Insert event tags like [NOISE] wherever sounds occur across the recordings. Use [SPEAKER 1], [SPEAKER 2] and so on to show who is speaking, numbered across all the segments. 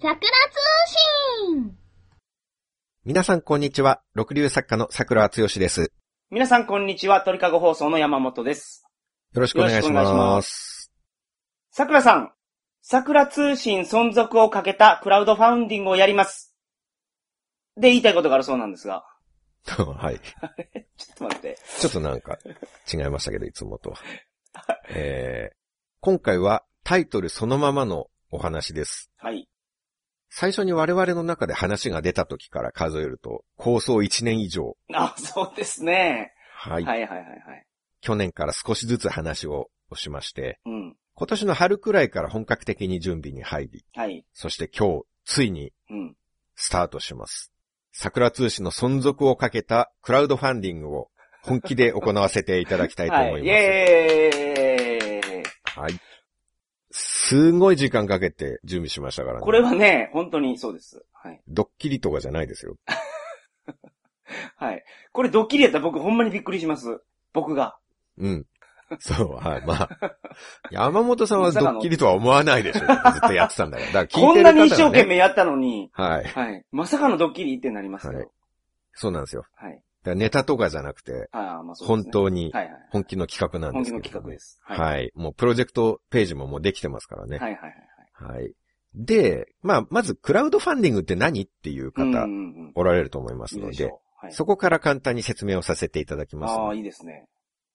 [SPEAKER 1] 桜通信
[SPEAKER 2] 皆さんこんにちは。六流作家の桜厚義です。よ
[SPEAKER 3] 皆さん、こんにちは。鳥かご放送の山本です。
[SPEAKER 2] ろしくお願いしま。
[SPEAKER 3] よろしくお願いします桜さん、桜通信存続をかけたクラウドファウンディングをやります。で、言いたいことがあるそうなんですが。
[SPEAKER 2] [LAUGHS] はい。
[SPEAKER 3] ちょっと待って。
[SPEAKER 2] ちょっとなんか違いましたけど、いつもとは。えー、今回はタイトルそのままのお話です。
[SPEAKER 3] はい。
[SPEAKER 2] 最初に我々の中で話が出た時から数えると、構想1年以上。
[SPEAKER 3] あ、そうですね。
[SPEAKER 2] は。
[SPEAKER 3] はいい、はい、はい、はい。
[SPEAKER 2] 去年から少しずつ話をしまして、
[SPEAKER 3] うん。
[SPEAKER 2] 今年の春くらいから本格的に準備に入り、
[SPEAKER 3] はい。
[SPEAKER 2] そして今日、ついに
[SPEAKER 3] うん。
[SPEAKER 2] スタートします。桜通信の存続をかけたクラウドファンディングを本気で行わせていただきたいと思いま
[SPEAKER 3] はい。イ
[SPEAKER 2] す。
[SPEAKER 3] エーイ
[SPEAKER 2] はい。すごい時間かけて準備しましたからね。
[SPEAKER 3] これはね、本当にそうです。はい。
[SPEAKER 2] ドッキリとかじゃないですよ。
[SPEAKER 3] はい。これドッキリやったら僕ほんまにびっくりします。僕が。
[SPEAKER 2] うん。そう、はい、まあ。山本さんはドッキリとは思わないでしょ。ずっとやってたんだから。だから聞
[SPEAKER 3] こ
[SPEAKER 2] いてる
[SPEAKER 3] んな
[SPEAKER 2] 方、ね、
[SPEAKER 3] に一生懸命やったのに、
[SPEAKER 2] はい。
[SPEAKER 3] はい。まさかのドッキリってなりますけど。
[SPEAKER 2] は
[SPEAKER 3] はいい。
[SPEAKER 2] そうなんですよ。だからネタとかじゃなくて、
[SPEAKER 3] ああ、まあそうで
[SPEAKER 2] 本
[SPEAKER 3] す、ね。
[SPEAKER 2] 当に
[SPEAKER 3] はいはい。
[SPEAKER 2] 本気の企画なん
[SPEAKER 3] 本
[SPEAKER 2] です
[SPEAKER 3] 気
[SPEAKER 2] けど、。
[SPEAKER 3] の企画ですす。
[SPEAKER 2] はい、もうプロジェクトページももうできてますからね。
[SPEAKER 3] はいはいはい
[SPEAKER 2] はい。で、まあ、まず、クラウドファンディングって何っていう
[SPEAKER 3] はい。
[SPEAKER 2] 方
[SPEAKER 3] うん、うんうん
[SPEAKER 2] おられると思います
[SPEAKER 3] いい
[SPEAKER 2] の
[SPEAKER 3] でし
[SPEAKER 2] で、
[SPEAKER 3] ょう。はい、
[SPEAKER 2] そこから簡単に説明をさせていただきますね、
[SPEAKER 3] ああ、いいですね。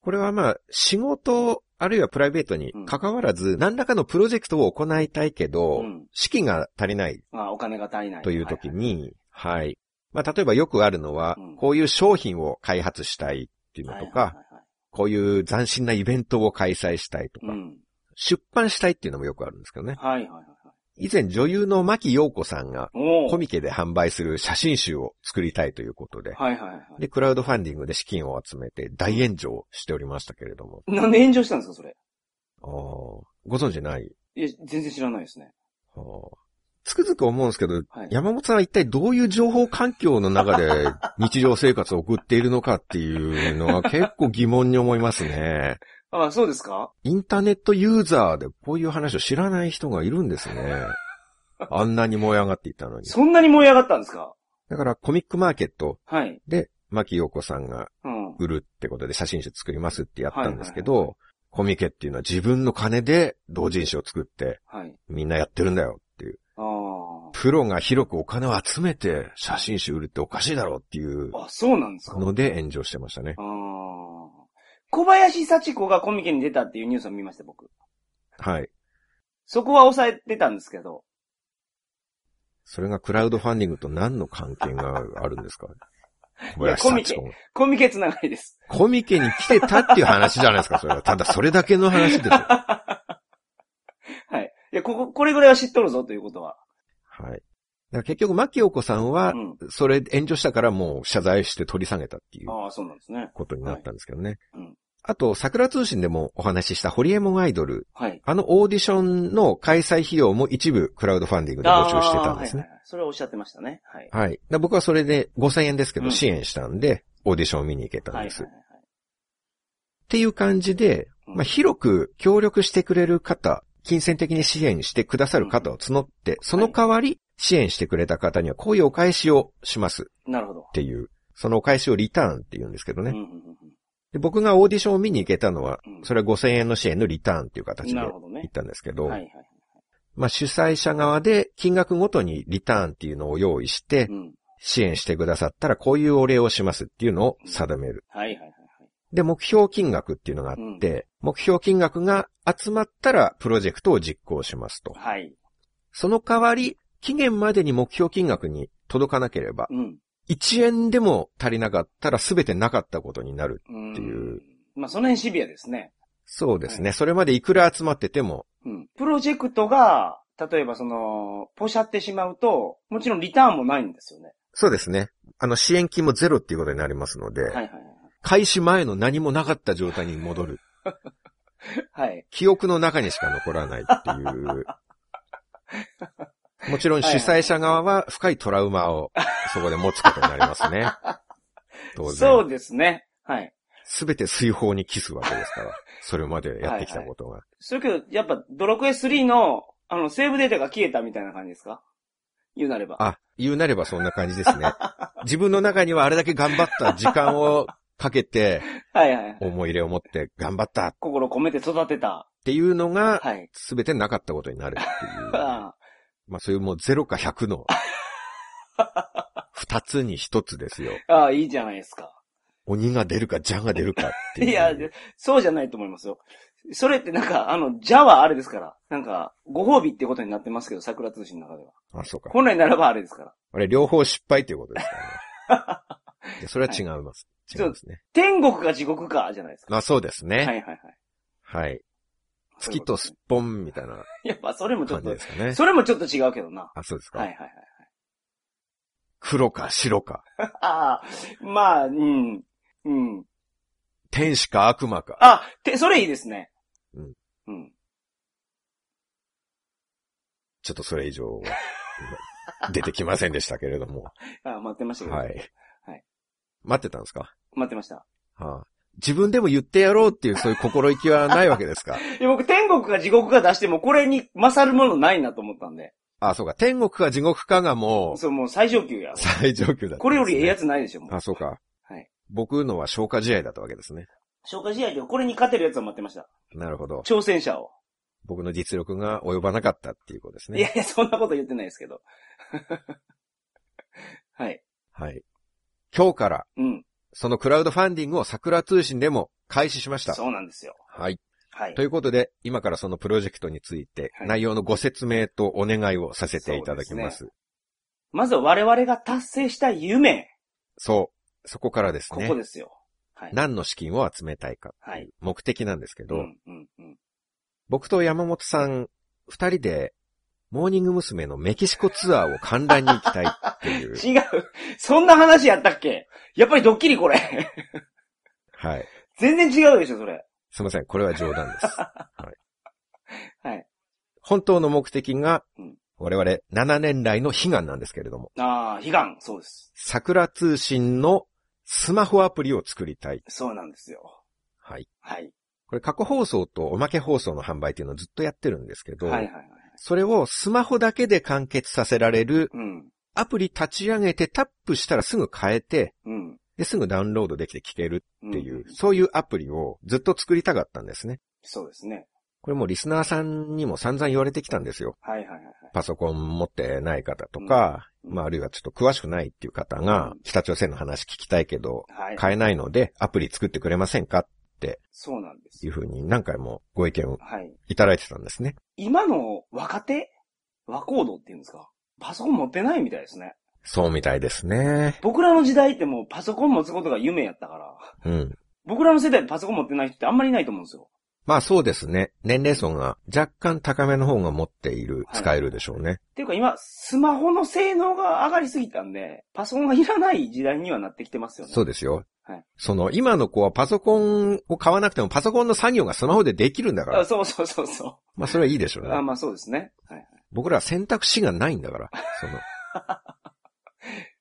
[SPEAKER 2] これはまあ、仕事、あるいはプライベートに関わらず、何らかのプロジェクトを行いたいけど、
[SPEAKER 3] うん
[SPEAKER 2] 資金が足りない
[SPEAKER 3] まあ、お金が足りない。
[SPEAKER 2] という時
[SPEAKER 3] は
[SPEAKER 2] に、はい、まあ、例えばよくあるのは、
[SPEAKER 3] うん
[SPEAKER 2] こういう商品を開発したいっていう
[SPEAKER 3] いは
[SPEAKER 2] の
[SPEAKER 3] い、
[SPEAKER 2] とか、
[SPEAKER 3] はいはいはい
[SPEAKER 2] こういう斬新なイベントを開催したいとか、
[SPEAKER 3] うん。
[SPEAKER 2] 出版したいっていうのもよくあるんですけどね。
[SPEAKER 3] はいはいはいはい。
[SPEAKER 2] 以前女優の牧陽子さんが
[SPEAKER 3] おお。
[SPEAKER 2] コミケで販売する写真集を作りたいということで、
[SPEAKER 3] はいはいはいは
[SPEAKER 2] で、クラウドファンディングで資金を集めて大炎上をしておりましたけれども、
[SPEAKER 3] い。なんで炎上したんですか、それ。
[SPEAKER 2] あーご存知ない
[SPEAKER 3] いや、全然知らないですね。
[SPEAKER 2] あーつくづく思うんですけど、
[SPEAKER 3] はい。
[SPEAKER 2] 山本さんは一体どういう情報環境の中
[SPEAKER 3] [LAUGHS]
[SPEAKER 2] で日常生活を送っているのかっていうのは結構疑問に思いますね。
[SPEAKER 3] ああ、そうですか
[SPEAKER 2] インターネットユーザーでこういう話を知らない人がいるん
[SPEAKER 3] [LAUGHS]
[SPEAKER 2] ですね。あんなに燃え上がっていたのに。
[SPEAKER 3] そんなに燃え上がったんですか
[SPEAKER 2] だからコミックマーケット
[SPEAKER 3] はい。
[SPEAKER 2] で、牧陽子さんが
[SPEAKER 3] うん。
[SPEAKER 2] 売るってことで写真集作りますってやったんですけど、コミケっていうのは自分の金で同人誌を作って
[SPEAKER 3] はい。
[SPEAKER 2] みんなやってるんだよっていう。
[SPEAKER 3] あ
[SPEAKER 2] プロが広くお金を集めて写真集売るっておかしいだろうっていう
[SPEAKER 3] あ。あ、そうなんですか
[SPEAKER 2] ので炎上してましたね
[SPEAKER 3] あ。あ。小林幸子がコミケに出たっていうニュースを見ました、僕。
[SPEAKER 2] はい。
[SPEAKER 3] そこは抑えてたんですけど。
[SPEAKER 2] それがクラウドファンディングと何の関係があるんですか小
[SPEAKER 3] [LAUGHS] いや
[SPEAKER 2] 林
[SPEAKER 3] コミケ
[SPEAKER 2] 幸子が
[SPEAKER 3] コミケつながりです。
[SPEAKER 2] コミケに来てたっていう話じゃないですか、それは。ただそれだけの話ですよ。は
[SPEAKER 3] はい。いや、ここ、これぐらいは知っとるぞということは。
[SPEAKER 2] い。だから結局、牧陽子さんは
[SPEAKER 3] う、ん。
[SPEAKER 2] それ炎上したからもう謝罪して取り下げたっていう
[SPEAKER 3] ああ、そうなんですね。
[SPEAKER 2] ことになったんですけどね。
[SPEAKER 3] はいうん
[SPEAKER 2] あと、桜通信でもお話ししたホリエモンアイドル
[SPEAKER 3] はい。
[SPEAKER 2] あのオーディションの開催費用も一部クラウドファンディングで募集してたんです
[SPEAKER 3] あーはいは
[SPEAKER 2] ね。
[SPEAKER 3] いはいそれをおっしゃってましたね。はい。
[SPEAKER 2] はい、だ僕はそれで5000円ですけ
[SPEAKER 3] う
[SPEAKER 2] ど
[SPEAKER 3] ん
[SPEAKER 2] 支援したんで、オーディションを見に行けたん
[SPEAKER 3] は
[SPEAKER 2] で
[SPEAKER 3] いはい
[SPEAKER 2] す。
[SPEAKER 3] は
[SPEAKER 2] っ
[SPEAKER 3] い
[SPEAKER 2] ていう感じで、
[SPEAKER 3] うん
[SPEAKER 2] まあ、広く協力してくれる方、金銭的に支援してくださる方を募って、その代わり支援してくれた方にはこういうお返しをしますっ
[SPEAKER 3] なるほど。
[SPEAKER 2] ていう、そのお返しをリターンって言うんですけど
[SPEAKER 3] うんうん
[SPEAKER 2] ね。
[SPEAKER 3] うん
[SPEAKER 2] で僕がオーディションを見に行けたのは
[SPEAKER 3] う、ん
[SPEAKER 2] それは5000円の支援のリターンっていう形で
[SPEAKER 3] なる
[SPEAKER 2] 行
[SPEAKER 3] ほどね
[SPEAKER 2] っ。たんですけど、
[SPEAKER 3] はいはい。
[SPEAKER 2] まあ、主催者側で金額ごとにリターンっていうのを用意して
[SPEAKER 3] う、ん。
[SPEAKER 2] 支援してくださったらこういうお礼をしますっていうのを定める。
[SPEAKER 3] はいはいはいはい。
[SPEAKER 2] で、目標金額っていうのがあって、目標金額が集まったらプロジェクトを実行しますと。
[SPEAKER 3] はい。
[SPEAKER 2] その代わり、期限までに目標金額に届かなければ、
[SPEAKER 3] うん。
[SPEAKER 2] 1円でも足りなかったら全てなかったことになる。
[SPEAKER 3] うん。
[SPEAKER 2] っていう。
[SPEAKER 3] まあ、その辺シビアですね。
[SPEAKER 2] そうですね。それまでいくら集まってても、
[SPEAKER 3] うん。プロジェクトが、例えばその、ポシャってしまうと、もちろんリターンもないんですよね。
[SPEAKER 2] そうですね。あの、支援金もゼロっていうことになりますので、
[SPEAKER 3] はいはいはい
[SPEAKER 2] 開始前の何もなかった状態に戻る。
[SPEAKER 3] はい。はい。
[SPEAKER 2] 記憶の中にしか残らないって
[SPEAKER 3] [LAUGHS]
[SPEAKER 2] いう。もちろん主催者側は深いトラウマをそこで持つことになりますね。当
[SPEAKER 3] そ
[SPEAKER 2] 然。
[SPEAKER 3] うですね。はい。
[SPEAKER 2] すべて水泡に帰すわけですから。それまでやってきたことが。
[SPEAKER 3] [LAUGHS] それけど、やっぱ、ドロクエ3の、あの、セーブデータが消えたみたいな感じですか言うなれば。
[SPEAKER 2] あ、言うなればそんな感じですね。自分の中にはあれだけ頑張った時間をかけて、
[SPEAKER 3] はいはいはい。
[SPEAKER 2] 思い入れを持って頑張ったっ
[SPEAKER 3] 心込めて育てた。
[SPEAKER 2] ていうのが、 [LAUGHS]
[SPEAKER 3] はい。
[SPEAKER 2] すべてなかったことになるって
[SPEAKER 3] [LAUGHS]
[SPEAKER 2] いう。
[SPEAKER 3] あ
[SPEAKER 2] まあそういうもう0か100の、二つに一つですよ。
[SPEAKER 3] あああ、いいじゃないですか。
[SPEAKER 2] 鬼が出るか邪が出るかっていう。
[SPEAKER 3] いや、でそうじゃないと思いますよ。それってなんか、あの、じゃはあれですから。なんか、ご褒美ってことになってますけど、桜通信の中では。
[SPEAKER 2] あ、そうか。
[SPEAKER 3] 本来ならばあれですから。
[SPEAKER 2] あれ、両方失敗ということですから
[SPEAKER 3] [LAUGHS]
[SPEAKER 2] ね。でそれは違います。
[SPEAKER 3] い
[SPEAKER 2] 違いますね。
[SPEAKER 3] 天国か地獄か、じゃないですか。
[SPEAKER 2] まあそうです
[SPEAKER 3] はいは
[SPEAKER 2] ね。
[SPEAKER 3] いはい。 [LAUGHS]
[SPEAKER 2] はい。
[SPEAKER 3] そうい
[SPEAKER 2] 月
[SPEAKER 3] うことです
[SPEAKER 2] す
[SPEAKER 3] ね
[SPEAKER 2] っぽんみたいな
[SPEAKER 3] やっぱそれもちょ
[SPEAKER 2] 感
[SPEAKER 3] っ
[SPEAKER 2] じ
[SPEAKER 3] と
[SPEAKER 2] で、すかね。
[SPEAKER 3] それもちょっと違うけどな。
[SPEAKER 2] あ、そうですか。
[SPEAKER 3] はいはいはい。
[SPEAKER 2] 黒か白か、
[SPEAKER 3] ああ、まあ、うん。うん。
[SPEAKER 2] 天使か悪魔か。
[SPEAKER 3] あ、て、それいいですね。
[SPEAKER 2] うん。
[SPEAKER 3] うん。
[SPEAKER 2] ちょっとそれ以上は今出てきませんでしたけれども。
[SPEAKER 3] あ待ってましたけど。
[SPEAKER 2] はい。
[SPEAKER 3] はい
[SPEAKER 2] 待ってたんですか、
[SPEAKER 3] 待ってました。
[SPEAKER 2] はあ、自分でも言ってやろうっていうそういう心意気はないわけですか [LAUGHS]
[SPEAKER 3] いや、僕、天国か地獄か出しても、これに勝るものないなと思ったんで。
[SPEAKER 2] あ、そうか。天国か地獄かがもう
[SPEAKER 3] そう、もう最上級や。
[SPEAKER 2] 最上級だったんですね、
[SPEAKER 3] これよりええやつないでしょ、もう
[SPEAKER 2] あ、。そうか。
[SPEAKER 3] はい
[SPEAKER 2] 僕のは消化試合だったわけですね。
[SPEAKER 3] 消化試合でこれに勝てるやつを待ってました。
[SPEAKER 2] なるほど。
[SPEAKER 3] 挑戦者を。
[SPEAKER 2] 僕の実力が及ばなかったっていうことです
[SPEAKER 3] いや
[SPEAKER 2] ね。
[SPEAKER 3] いや、そんなこと言ってないですけど。 [LAUGHS] はい。
[SPEAKER 2] はい。今日から、
[SPEAKER 3] うん。
[SPEAKER 2] そのクラウドファンディングを桜通信でも開始しました。
[SPEAKER 3] そうなんですよ。
[SPEAKER 2] はい。
[SPEAKER 3] はい
[SPEAKER 2] と。いうことで、今からそのプロジェクトについて、
[SPEAKER 3] はい
[SPEAKER 2] 内容のご説明とお願いをさせていただきます。
[SPEAKER 3] まずは我々が達成した夢。
[SPEAKER 2] そう。そこからです
[SPEAKER 3] こ
[SPEAKER 2] ね。
[SPEAKER 3] こですよ。はい。
[SPEAKER 2] 何の資金を集めたいか。
[SPEAKER 3] はい。
[SPEAKER 2] 目的なんですけど、
[SPEAKER 3] うん、うん、うん。
[SPEAKER 2] 僕と山本さん、二人で、モーニング娘。のメキシコツアーを観覧に行きたいってい
[SPEAKER 3] [LAUGHS]
[SPEAKER 2] う。
[SPEAKER 3] 違う。そんな話やったっけやっぱりドッキリこれ。
[SPEAKER 2] はい。
[SPEAKER 3] 全然違うでしょ、それ。
[SPEAKER 2] すみません。これは冗談です。
[SPEAKER 3] はい。
[SPEAKER 2] 本当の目的が
[SPEAKER 3] うん、
[SPEAKER 2] 我々7年来の悲願なんですけれども、
[SPEAKER 3] ああ、悲願。そうです。
[SPEAKER 2] 桜通信のスマホアプリを作りたい。
[SPEAKER 3] そうなんですよ。
[SPEAKER 2] はい。
[SPEAKER 3] はい。
[SPEAKER 2] これ過去放送とおまけ放送の販売っていうのをずっとやってるんですけど、
[SPEAKER 3] はい、はい、はい。
[SPEAKER 2] それをスマホだけで完結させられる
[SPEAKER 3] うん。
[SPEAKER 2] アプリ立ち上げてタップしたらすぐ変えて、
[SPEAKER 3] うん。
[SPEAKER 2] ですぐダウンロードできて聞ける
[SPEAKER 3] うん
[SPEAKER 2] っていう、そういうアプリをずっと作りたかったんですね。
[SPEAKER 3] そうですね。
[SPEAKER 2] これもうリスナーさんにも散々言われてきたんですよ。
[SPEAKER 3] はい、はい、はいはい。
[SPEAKER 2] パソコン持ってない方とか、
[SPEAKER 3] うん
[SPEAKER 2] まああるいはちょっと詳しくないっていう方が
[SPEAKER 3] うん、
[SPEAKER 2] 北朝鮮の話聞きたいけど、
[SPEAKER 3] はい。
[SPEAKER 2] 買えないのでアプリ作ってくれませんかっ
[SPEAKER 3] そうなんです
[SPEAKER 2] ていう
[SPEAKER 3] よ。
[SPEAKER 2] ふうに何回もご意見を
[SPEAKER 3] はい。
[SPEAKER 2] いただいてたんですね。
[SPEAKER 3] 今の若手和コードって言うんですかパソコン持ってないみたいですね。
[SPEAKER 2] そうみたいですね。
[SPEAKER 3] 僕らの時代ってもうパソコン持つことが夢やったから。
[SPEAKER 2] うん。
[SPEAKER 3] 僕らの世代でパソコン持ってない人ってあんまりいないと思うんですよ。
[SPEAKER 2] まあそうですね。年齢層が若干高めの方が持っている
[SPEAKER 3] は、い
[SPEAKER 2] 使えるでしょうね。
[SPEAKER 3] っていうか今、スマホの性能が上がりすぎたんで、パソコンがいらない時代にはなってきてますよね。
[SPEAKER 2] そうですよ。
[SPEAKER 3] はい
[SPEAKER 2] その、今の子はパソコンを買わなくてもパソコンの作業がスマホでできるんだか
[SPEAKER 3] あ
[SPEAKER 2] ら。
[SPEAKER 3] そうそうそうそ
[SPEAKER 2] まあそれはいいでしょう
[SPEAKER 3] う。あ
[SPEAKER 2] ね。
[SPEAKER 3] まあそうですね。はい。
[SPEAKER 2] 僕らは選択肢がないんだから。そ
[SPEAKER 3] [LAUGHS]
[SPEAKER 2] の、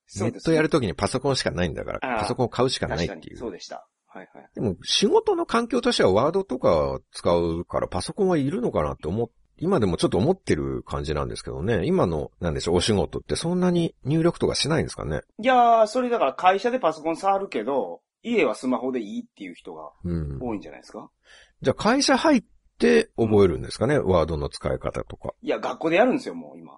[SPEAKER 3] そう
[SPEAKER 2] ネ
[SPEAKER 3] で
[SPEAKER 2] ッ
[SPEAKER 3] す、
[SPEAKER 2] ト
[SPEAKER 3] ね。
[SPEAKER 2] やるときにパソコンしかないんだから、
[SPEAKER 3] あー
[SPEAKER 2] パソコンを買うしかないっ
[SPEAKER 3] 確
[SPEAKER 2] て
[SPEAKER 3] か
[SPEAKER 2] い
[SPEAKER 3] に。
[SPEAKER 2] う。
[SPEAKER 3] そうでした。はいはい。
[SPEAKER 2] でも、仕事の環境としてはワードとか使うからパソコンはいるのかなって思っ、今でもちょっと思ってる感じなんですけどね。今の、なんでしょう、お仕事ってそんなに入力とかしないんですかね。
[SPEAKER 3] いやー、それだから会社でパソコン触るけど、家はスマホでいいっていう人が
[SPEAKER 2] うん。
[SPEAKER 3] 多いんじゃないですか
[SPEAKER 2] じゃあ会社入って覚えるんですかね、ワードの使い方とか。
[SPEAKER 3] いや、学校でやるんですよ、もう今。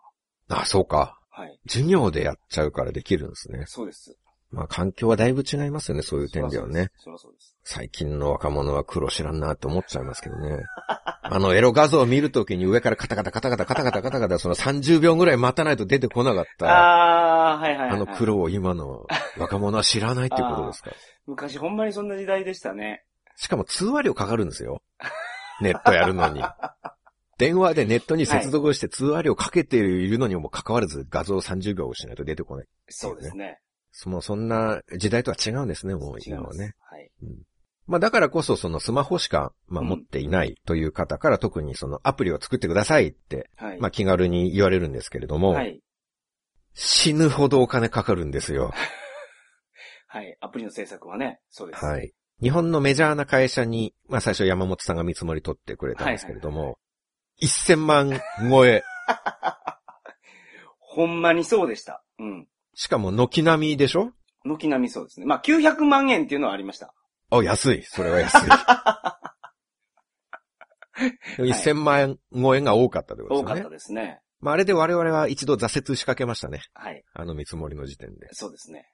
[SPEAKER 2] あ、そうか。
[SPEAKER 3] はい。
[SPEAKER 2] 授業でやっちゃうからできるんですね。
[SPEAKER 3] そうです。
[SPEAKER 2] まあ環境はだいぶ違いますよね、そういう点ではね。。
[SPEAKER 3] そらそうです。
[SPEAKER 2] 最近の若者は苦労知らんなって思っちゃいますけどね。 [LAUGHS] あのエロ画像を見るときに上からカタカタカタカタカタカタカタカタその30秒ぐらい待たないと出てこなかった。
[SPEAKER 3] ああー、はいはい、は
[SPEAKER 2] あ
[SPEAKER 3] い。
[SPEAKER 2] の苦労を今の若者は知らないってことですか。
[SPEAKER 3] 昔ほんまにそんな時代でしたね。
[SPEAKER 2] しかも通話料かかるんですよ。ネットやるのに。電話でネットに接続して通話料かけているのにもかかわらず画像30秒をしないと出てこない。
[SPEAKER 3] そうですね。
[SPEAKER 2] そのそんな時代とは違うんですね、もう今は
[SPEAKER 3] ます
[SPEAKER 2] ね。。
[SPEAKER 3] はい。
[SPEAKER 2] まあだからこそそのスマホしか、まあ、
[SPEAKER 3] うん
[SPEAKER 2] 持っていないという方から特にそのアプリを作ってくださいって、
[SPEAKER 3] はい。
[SPEAKER 2] まあ気軽に言われるんですけれども、
[SPEAKER 3] はい。
[SPEAKER 2] 死ぬほどお金かかるんですよ。
[SPEAKER 3] はい。アプリの制作はね、そうです。
[SPEAKER 2] はい。日本のメジャーな会社に、まあ最初山本さんが見積もり取ってくれたんですけれども、1000万超え。
[SPEAKER 3] ほんまにそうでした。うん。
[SPEAKER 2] しかも、軒並みでしょ
[SPEAKER 3] 軒並みそうですね。まあ、900万円っていうのはありました。
[SPEAKER 2] あ、安い。それは
[SPEAKER 3] [LAUGHS]
[SPEAKER 2] 安い。でも1000万円超えが多かったってことです
[SPEAKER 3] 多
[SPEAKER 2] よ
[SPEAKER 3] か
[SPEAKER 2] ね。
[SPEAKER 3] ったですね。
[SPEAKER 2] まあ、あれで我々は一度挫折しかけましたね。
[SPEAKER 3] はい。
[SPEAKER 2] あの見積もりの時点で。
[SPEAKER 3] そうですね。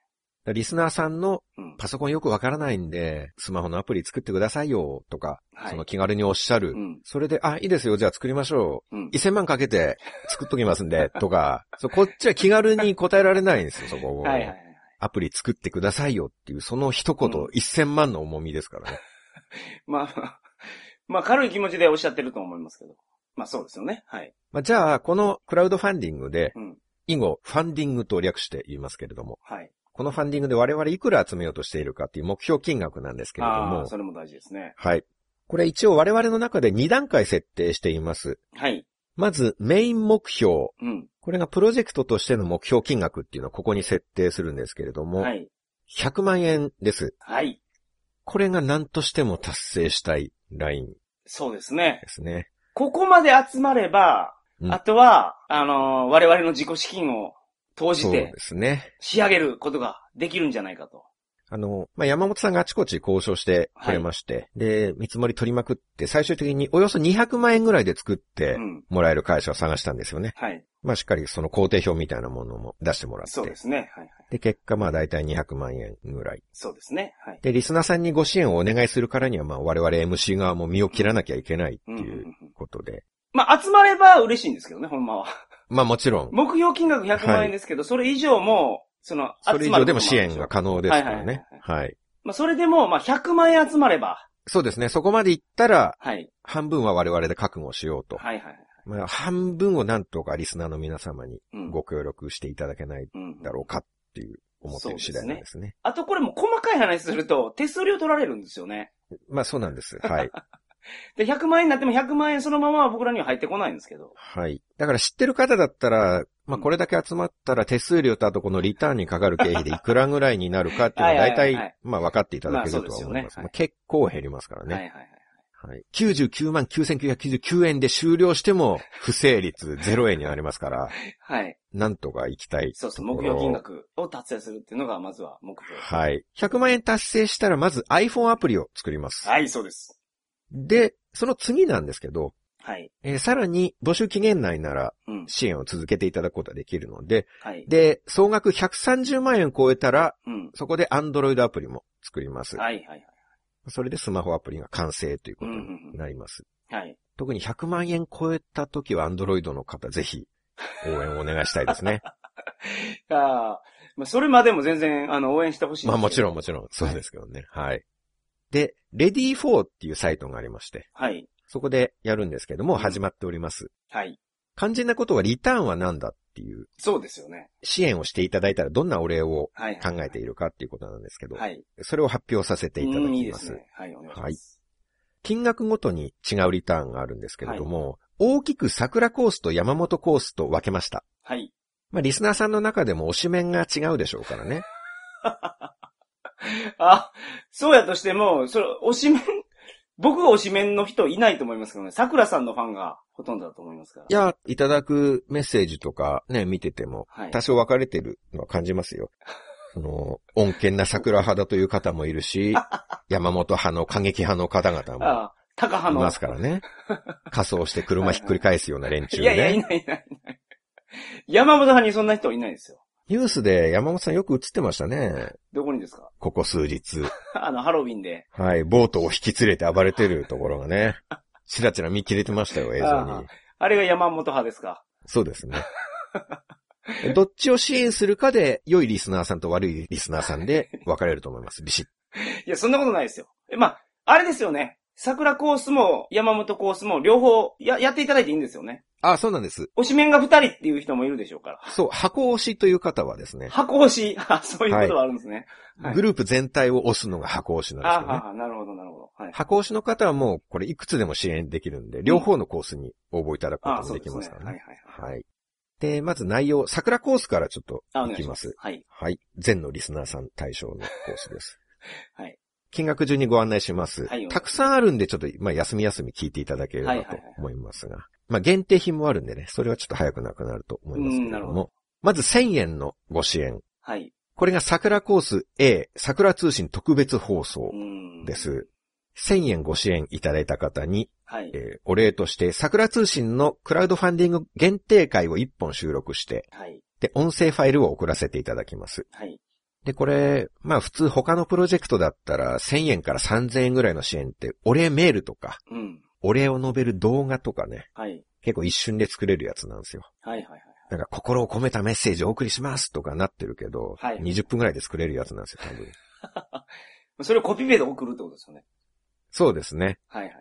[SPEAKER 2] リスナーさんの
[SPEAKER 3] うん。
[SPEAKER 2] パソコンよくわからないんで、スマホのアプリ作ってくださいよとか、
[SPEAKER 3] はい
[SPEAKER 2] その気軽におっしゃる。
[SPEAKER 3] うん。
[SPEAKER 2] それで、あ、いいですよ、じゃあ作りましょ
[SPEAKER 3] うん
[SPEAKER 2] う。。1000万かけて作っときますんで、 [LAUGHS] とか、そうこっちは気軽に答えられないんですよ、そこを。
[SPEAKER 3] はいはいはい。
[SPEAKER 2] アプリ作ってくださいよっていう、その一言、
[SPEAKER 3] うん
[SPEAKER 2] 1000万の重みですからね。
[SPEAKER 3] まあ、 [LAUGHS] まあ、軽い気持ちでおっしゃってると思いますけど。まあ、そうですよね。はい。
[SPEAKER 2] まあ、じゃあ、このクラウドファンディングで、
[SPEAKER 3] うん。
[SPEAKER 2] 以後、ファンディングと略して言いますけれども、
[SPEAKER 3] はい。
[SPEAKER 2] このファンディングで我々いくら集めようとしているかっていう目標金額なんですけれど
[SPEAKER 3] ああー、
[SPEAKER 2] も、
[SPEAKER 3] それも大事ですね。
[SPEAKER 2] はい。これ一応我々の中で2段階設定しています。
[SPEAKER 3] はい。
[SPEAKER 2] まず、メイン目標。
[SPEAKER 3] うん。
[SPEAKER 2] これがプロジェクトとしての目標金額っていうのはここに設定するんですけれども、
[SPEAKER 3] はい。
[SPEAKER 2] 100万円です。
[SPEAKER 3] はい。
[SPEAKER 2] これが何としても達成したいライン
[SPEAKER 3] そうですね
[SPEAKER 2] で。すね。
[SPEAKER 3] ここまで集まれば、
[SPEAKER 2] うん
[SPEAKER 3] あとは、あのー我々の自己資金を投
[SPEAKER 2] そ
[SPEAKER 3] じ
[SPEAKER 2] う
[SPEAKER 3] て
[SPEAKER 2] で、すね。
[SPEAKER 3] 仕上げることができるんじゃないかと。
[SPEAKER 2] あの、まあ、山本さんがあちこち交渉してくれまして、で、見積もり取りまくって、最終的におよそ200万円ぐらいで作って
[SPEAKER 3] うん。
[SPEAKER 2] もらえる会社を探したんですよね。
[SPEAKER 3] はい。
[SPEAKER 2] まあ、しっかりその工程表みたいなものも出してもらって。
[SPEAKER 3] そうですね。はいはい。
[SPEAKER 2] で、結果、まあ、だいたい200万円ぐらい。
[SPEAKER 3] そうですね。はい。
[SPEAKER 2] で、リスナーさんにご支援をお願いするからには、まあ、我々 MC 側も身を切らなきゃいけないって
[SPEAKER 3] うんうんう
[SPEAKER 2] いうん
[SPEAKER 3] うん。
[SPEAKER 2] ことで。
[SPEAKER 3] まあ、集まれば嬉しいんですけどね、ほんまは。
[SPEAKER 2] まあ、もちろん、
[SPEAKER 3] 目標金額100万
[SPEAKER 2] は
[SPEAKER 3] 円
[SPEAKER 2] い
[SPEAKER 3] ですけど、それ以上も、その、
[SPEAKER 2] それ以
[SPEAKER 3] 集ま
[SPEAKER 2] 上
[SPEAKER 3] る
[SPEAKER 2] で
[SPEAKER 3] こと
[SPEAKER 2] も支援が可能ですからね。はい。
[SPEAKER 3] まあ、それでも、まあ、100万円集まれば、
[SPEAKER 2] そうですね。そこまでいったら、
[SPEAKER 3] はい。
[SPEAKER 2] 半分は我々で覚悟しようと。
[SPEAKER 3] はいはいはい。
[SPEAKER 2] まあ、半分をなんとかリスナーの皆様に
[SPEAKER 3] うん。
[SPEAKER 2] ご協力していただけない
[SPEAKER 3] うん。
[SPEAKER 2] だろうかっていう思ってる次第なんですね。
[SPEAKER 3] あとこれも細かい話すると、手数料取られるんですよね。
[SPEAKER 2] まあそうなんです。はい。
[SPEAKER 3] で、100万円になっても100万円そのままは僕らには入ってこないんですけど。
[SPEAKER 2] はい。だから知ってる方だったら、まあこれだけ集まったら手数料とあとこのリターンにかかる経費でいくらぐらいになるかっていうのは
[SPEAKER 3] は
[SPEAKER 2] 大
[SPEAKER 3] いはいはい
[SPEAKER 2] 体、まあ分かっていただけるとは思い
[SPEAKER 3] まあそう
[SPEAKER 2] ま
[SPEAKER 3] です
[SPEAKER 2] す。
[SPEAKER 3] よね
[SPEAKER 2] まあ結構減りますから
[SPEAKER 3] はい
[SPEAKER 2] ね。
[SPEAKER 3] はいはい。
[SPEAKER 2] はい。99万9999円で終了しても不成立0円になりますから、 [LAUGHS]
[SPEAKER 3] はい。
[SPEAKER 2] なんとか行きたい。
[SPEAKER 3] そうそう、目標金。額を達成するっていうのが、まずは目標。
[SPEAKER 2] はい。100万円達成したらまず iPhone アプリを作ります。
[SPEAKER 3] はい、そうです。
[SPEAKER 2] で、その次なんですけど、
[SPEAKER 3] はい。
[SPEAKER 2] えーさらに募集期限内なら
[SPEAKER 3] うん。
[SPEAKER 2] 支援を続けていただくことができるので、
[SPEAKER 3] はい。
[SPEAKER 2] で、総額130万円超えたら、
[SPEAKER 3] うん。
[SPEAKER 2] そこで Android アプリも作ります。
[SPEAKER 3] はいはいはい。
[SPEAKER 2] それでスマホアプリが完成ということ
[SPEAKER 3] うんうんう
[SPEAKER 2] に
[SPEAKER 3] ん
[SPEAKER 2] なります。
[SPEAKER 3] はい。
[SPEAKER 2] 特に100万円超えた時は Android の方ぜひ応援をお願いしたいです
[SPEAKER 3] [LAUGHS]
[SPEAKER 2] ね。
[SPEAKER 3] ああ、まあ、それまでも全然、あの、応援してほしい
[SPEAKER 2] まあもちろん
[SPEAKER 3] ん。
[SPEAKER 2] もちろんそうですけどね。はい。で、Ready4 っていうサイトがありまして、
[SPEAKER 3] はい。
[SPEAKER 2] そこでやるんですけども始まっております。
[SPEAKER 3] はい。
[SPEAKER 2] 肝心なことはリターンは何だっていう
[SPEAKER 3] そうですよね。
[SPEAKER 2] 支援をしていただいたらどんなお礼を
[SPEAKER 3] はい。
[SPEAKER 2] 考えているかっていうことなんですけど、
[SPEAKER 3] はい。
[SPEAKER 2] それを発表させていただ
[SPEAKER 3] うんいい
[SPEAKER 2] き
[SPEAKER 3] で
[SPEAKER 2] ます。
[SPEAKER 3] すね。はい、お願いします。
[SPEAKER 2] 金額ごとに違うリターンがあるんですけれども、大きく桜コースと山本コースと分けました。
[SPEAKER 3] はい。
[SPEAKER 2] まあ、リスナーさんの中でも推し面が違うでしょうからね。
[SPEAKER 3] あ、そうやとしても、それ、推しメン、 [LAUGHS] 僕が推しメンの人いないと思いますけどね、桜さんのファンがほとんどだと思いますから。
[SPEAKER 2] いや、いただくメッセージとかね、見てても、
[SPEAKER 3] はい。
[SPEAKER 2] 多少分かれてるのは感じますよ。
[SPEAKER 3] [LAUGHS]
[SPEAKER 2] その、穏健な桜派だという方もいる
[SPEAKER 3] [LAUGHS]
[SPEAKER 2] し、山本派の過激派の方々も
[SPEAKER 3] ああ、高派
[SPEAKER 2] い
[SPEAKER 3] の。
[SPEAKER 2] ますから
[SPEAKER 3] [LAUGHS]
[SPEAKER 2] ね。仮装して車ひっくり返すような連中
[SPEAKER 3] いやいや、い
[SPEAKER 2] ね。
[SPEAKER 3] ないいないいない。山本派にそんな人いないですよ。
[SPEAKER 2] ニュースで山本さんよく映ってましたね。
[SPEAKER 3] どこにですか [LAUGHS]
[SPEAKER 2] ここ数日。
[SPEAKER 3] あの、ハロウィンで。
[SPEAKER 2] はい、ボートを引き連れて暴れてるところがね。ちらちら見切れてましたよ、映像
[SPEAKER 3] あ
[SPEAKER 2] に。
[SPEAKER 3] あれが山本派ですか
[SPEAKER 2] そうですね。 [LAUGHS] どっちを支援するかで、良いリスナーさんと悪いリスナーさんで分かれると思います。ビシッ。
[SPEAKER 3] いや、そんなことないですよ。え、まあ、あれですよね。桜コースも山本コースも両方や、やっていただいていいんですよね。
[SPEAKER 2] あ、そうなんです。
[SPEAKER 3] 推しメンが二人っていう人もいるでしょうから。
[SPEAKER 2] そう、箱推しという方はですね、
[SPEAKER 3] 箱推し。 [LAUGHS] あそういうことはあるんですね。はい
[SPEAKER 2] グループ全体を推すのが箱推しなんですよ
[SPEAKER 3] あ
[SPEAKER 2] ね。
[SPEAKER 3] あ、なるほど、なるほど。はい。
[SPEAKER 2] 箱推しの方はもう、これいくつでも支援できるんで、両方のコースに応募いただくこ
[SPEAKER 3] あ
[SPEAKER 2] と
[SPEAKER 3] そ
[SPEAKER 2] も
[SPEAKER 3] う
[SPEAKER 2] でき
[SPEAKER 3] です
[SPEAKER 2] ま
[SPEAKER 3] ね。
[SPEAKER 2] す
[SPEAKER 3] は
[SPEAKER 2] から
[SPEAKER 3] いはい
[SPEAKER 2] ね。
[SPEAKER 3] はい。
[SPEAKER 2] はい。で、まず内容、桜コースからちょっと
[SPEAKER 3] あ、お
[SPEAKER 2] い
[SPEAKER 3] 願い
[SPEAKER 2] き
[SPEAKER 3] しま
[SPEAKER 2] ますす。。
[SPEAKER 3] はい。
[SPEAKER 2] はい。全のリスナーさん対象のコースです。
[SPEAKER 3] はい。
[SPEAKER 2] 金額順にご案内します。
[SPEAKER 3] はい
[SPEAKER 2] たくさんあるんで、ちょっと、まあ、休み休み聞いていただければ
[SPEAKER 3] はいはい
[SPEAKER 2] と
[SPEAKER 3] はい
[SPEAKER 2] 思いますが。まあ、限定品もあるんでね、それはちょっと早くなくなると思いますけれ
[SPEAKER 3] うんなる
[SPEAKER 2] ど
[SPEAKER 3] ほ
[SPEAKER 2] も。まず1000円のご支援。
[SPEAKER 3] はい。
[SPEAKER 2] これが桜コース A、桜通信特別放送
[SPEAKER 3] うん。
[SPEAKER 2] で。す。1000円ご支援いただいた方に、
[SPEAKER 3] はい。
[SPEAKER 2] えーお礼として桜通信のクラウドファンディング限定会を1本収録して、
[SPEAKER 3] はい。
[SPEAKER 2] で、音声ファイルを送らせていただきます。
[SPEAKER 3] はい。
[SPEAKER 2] で、これ、まあ普通他のプロジェクトだったら1000円から3000円ぐらいの支援って、お礼メールとか、
[SPEAKER 3] うん。
[SPEAKER 2] お礼を述べる動画とかね、
[SPEAKER 3] はい。
[SPEAKER 2] 結構一瞬で作れるやつなんですよ。
[SPEAKER 3] はいはいはい。
[SPEAKER 2] なんか心を込めたメッセージをお送りしますとかなってるけど、
[SPEAKER 3] はい
[SPEAKER 2] 20分ぐらいで作れるやつなんですよ、多分。
[SPEAKER 3] それをコピペで送るってことですよね。
[SPEAKER 2] そうですね。
[SPEAKER 3] はいはい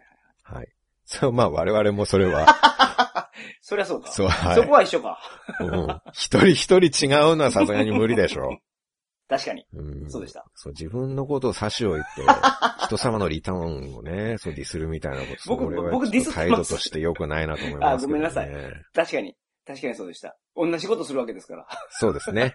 [SPEAKER 3] はい。
[SPEAKER 2] はい。そう、まあ我々もそれ
[SPEAKER 3] [LAUGHS]
[SPEAKER 2] は、
[SPEAKER 3] そりゃそうか。
[SPEAKER 2] そう、はい。
[SPEAKER 3] そこは一緒か。
[SPEAKER 2] うん一人一人違うのはさすがに無理でしょ。
[SPEAKER 3] 確かに。
[SPEAKER 2] うん
[SPEAKER 3] そうでした。
[SPEAKER 2] そう、自分のことを差し置
[SPEAKER 3] [LAUGHS]
[SPEAKER 2] いて、人様のリターンをね、そうディスるみたいなこと、
[SPEAKER 3] 僕
[SPEAKER 2] それはち
[SPEAKER 3] 僕
[SPEAKER 2] ょっと
[SPEAKER 3] ディスってます
[SPEAKER 2] 態度として良くないなと思います、けどね
[SPEAKER 3] あごめ確かに。確かにそうでした。同じことするわけですから。
[SPEAKER 2] そうですね。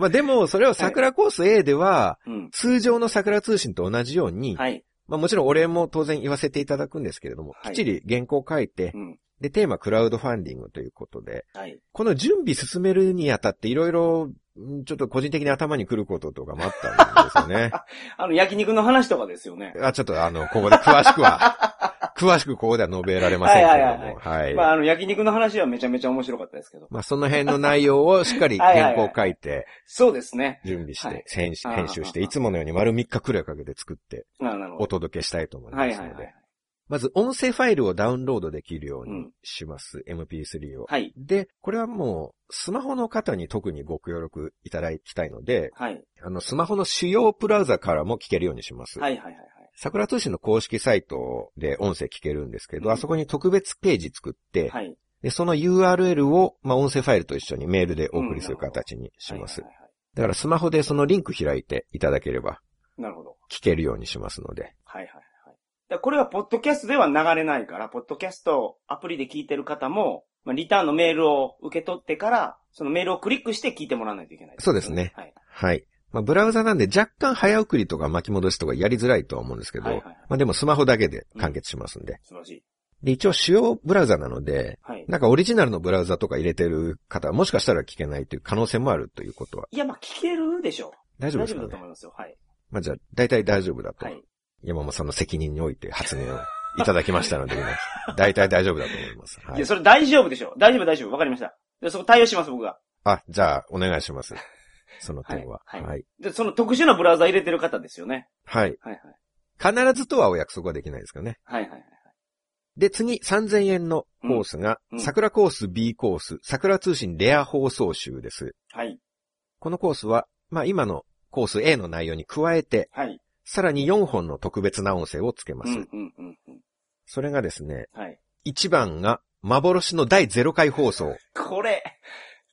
[SPEAKER 2] まあでも、それを桜コース A では、
[SPEAKER 3] うん。
[SPEAKER 2] 通常の桜通信と同じように、
[SPEAKER 3] はい。
[SPEAKER 2] まあもちろんお礼も当然言わせていただくんですけれども、
[SPEAKER 3] は
[SPEAKER 2] きっ
[SPEAKER 3] い
[SPEAKER 2] ちり原稿書いて
[SPEAKER 3] う、ん。
[SPEAKER 2] で、テーマクラウドファンディングということで、
[SPEAKER 3] はい。
[SPEAKER 2] この準備進めるにあたっていろいろ、んちょっと個人的に頭に来ることとかもあったんですよね。
[SPEAKER 3] あの、焼肉の話とかですよね。
[SPEAKER 2] あ、ちょっとあの、ここで詳しくは、
[SPEAKER 3] [LAUGHS]
[SPEAKER 2] 詳しくここでは述べられませんけれども、はい。
[SPEAKER 3] まあ、あの、焼肉の話はめちゃめちゃ面白かったですけど。
[SPEAKER 2] まあ、その辺の内容をしっかり原稿を書いて、
[SPEAKER 3] そうですね。
[SPEAKER 2] 準備し
[SPEAKER 3] は
[SPEAKER 2] て
[SPEAKER 3] い、
[SPEAKER 2] 編集編集して、
[SPEAKER 3] あー
[SPEAKER 2] いつものように丸3日くらいかけて作って
[SPEAKER 3] あなるほ
[SPEAKER 2] お
[SPEAKER 3] ど。
[SPEAKER 2] 届けしたいと思い
[SPEAKER 3] は
[SPEAKER 2] ま
[SPEAKER 3] い
[SPEAKER 2] す
[SPEAKER 3] はい
[SPEAKER 2] の
[SPEAKER 3] は
[SPEAKER 2] で
[SPEAKER 3] い。。
[SPEAKER 2] まず、音声ファイルをダウンロードできるよう
[SPEAKER 3] う
[SPEAKER 2] に
[SPEAKER 3] ん
[SPEAKER 2] します。MP3 を。
[SPEAKER 3] はい。
[SPEAKER 2] で、これはもう、スマホの方に特にご協力いただきたいので、
[SPEAKER 3] はい。
[SPEAKER 2] あの、スマホの主要ブラウザからも聞けるようにします。
[SPEAKER 3] はいはいはいはい。
[SPEAKER 2] 桜通信の公式サイトで音声聞けるんですけど、
[SPEAKER 3] うん
[SPEAKER 2] あそこに特別ページ作って、
[SPEAKER 3] はい。
[SPEAKER 2] でその URL を、まあ、音声ファイルと一緒にメールでお送りする形にします。
[SPEAKER 3] はいはいはいは
[SPEAKER 2] だからスマホでそのリンク開いていただければ
[SPEAKER 3] いなるほど。
[SPEAKER 2] 聞けるようにしますので。
[SPEAKER 3] はいはいはい。だからこれはポッドキャストでは流れないから、ポッドキャストアプリで聞いてる方も、まあ、リターンのメールを受け取ってから、そのメールをクリックして聞いてもらわないといけない、
[SPEAKER 2] そうですね
[SPEAKER 3] はい。
[SPEAKER 2] はい。まあ、ブラウザなんで若干早送りとか巻き戻しとかやりづらいとは思うんですけど、
[SPEAKER 3] はいはいはい
[SPEAKER 2] まあ、でもスマホだけで完結しますんで。
[SPEAKER 3] 素晴らしい。
[SPEAKER 2] で、一応主要ブラウザなので、
[SPEAKER 3] はい。
[SPEAKER 2] なんかオリジナルのブラウザとか入れてる方はもしかしたら聞けないという可能性もあるということは。
[SPEAKER 3] いや、まあ、聞けるでしょう。
[SPEAKER 2] 大丈夫
[SPEAKER 3] 大
[SPEAKER 2] です
[SPEAKER 3] 丈夫
[SPEAKER 2] か
[SPEAKER 3] だと
[SPEAKER 2] ね
[SPEAKER 3] 思いますよ。はい。
[SPEAKER 2] まあじゃあ、大体大丈夫だと。
[SPEAKER 3] はい。
[SPEAKER 2] 山本さんの責任において発言をいただきました
[SPEAKER 3] [LAUGHS]
[SPEAKER 2] ので、今大体大丈夫だと思います。はい
[SPEAKER 3] や、
[SPEAKER 2] い。
[SPEAKER 3] それ大丈夫でしょう。大丈夫、大丈夫。わかりました。で、そこ対応します、僕が。
[SPEAKER 2] あ、じゃあ、お願いします。その点は。
[SPEAKER 3] は
[SPEAKER 2] はいい。はい。
[SPEAKER 3] で、その特殊なブラウザ入れてる方ですよね。はいはい。
[SPEAKER 2] 必ずとはお約束はできないですかね。
[SPEAKER 3] はいはいはい。
[SPEAKER 2] で、次、3000円のコースが、
[SPEAKER 3] うんうん
[SPEAKER 2] 桜コース B コース、桜通信レア放送集です。
[SPEAKER 3] はい。
[SPEAKER 2] このコースは、まあ今のコース A の内容に加えて、
[SPEAKER 3] はい。
[SPEAKER 2] さらに4本の特別な音声をつけま
[SPEAKER 3] う
[SPEAKER 2] す。
[SPEAKER 3] ん、うん、うん。うん
[SPEAKER 2] それがですね、
[SPEAKER 3] はい。
[SPEAKER 2] 1番が幻の第0回放送。
[SPEAKER 3] これ、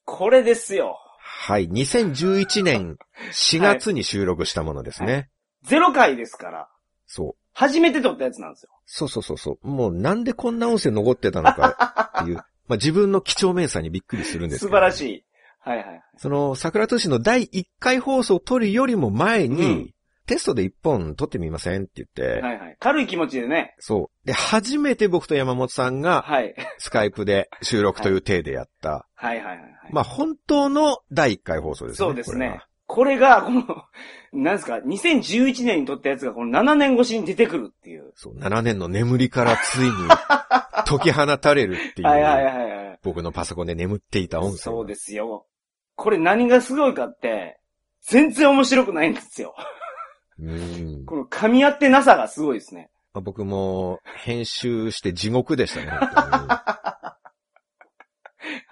[SPEAKER 3] これですよ。
[SPEAKER 2] はい。2011年4月に収録したものですね。
[SPEAKER 3] はゼロ回ですから、
[SPEAKER 2] そう。
[SPEAKER 3] 初めて撮ったやつなんですよ。
[SPEAKER 2] そうそうそうそう。もうなんでこんな音声残ってたのかって
[SPEAKER 3] [LAUGHS]
[SPEAKER 2] いう。まあ自分の貴重面さにびっくりするんですけ
[SPEAKER 3] 素
[SPEAKER 2] ど
[SPEAKER 3] 晴らしい。はいはいはい。
[SPEAKER 2] その、桜通信の第1回放送を撮るよりも前に、
[SPEAKER 3] うん
[SPEAKER 2] テストで1本撮ってみませんって言って、
[SPEAKER 3] はいはい。軽い気持ちでね。
[SPEAKER 2] そう。で、初めて僕と山本さんが、
[SPEAKER 3] はい。
[SPEAKER 2] スカイプで収録という体でやった、
[SPEAKER 3] はいはいはいはい。
[SPEAKER 2] まあ本当の第1回放送ですね。
[SPEAKER 3] そうです
[SPEAKER 2] これ
[SPEAKER 3] ね
[SPEAKER 2] は。
[SPEAKER 3] これが、この、なんですか、2011年に撮ったやつがこの7年越しに出てくるっていう。
[SPEAKER 2] そう、7年の眠りからつい
[SPEAKER 3] [LAUGHS]
[SPEAKER 2] に、解き放たれるっていう。
[SPEAKER 3] はいはいはいはい。
[SPEAKER 2] 僕のパソコンで眠っていた音声。。
[SPEAKER 3] そうですすよ。これ何がすごいかって、全然面白くないんですよ。
[SPEAKER 2] うん。ま
[SPEAKER 3] この噛み合ってなさがすごいですね。
[SPEAKER 2] あ、僕も編集して地獄でしたね。本
[SPEAKER 3] は
[SPEAKER 2] 当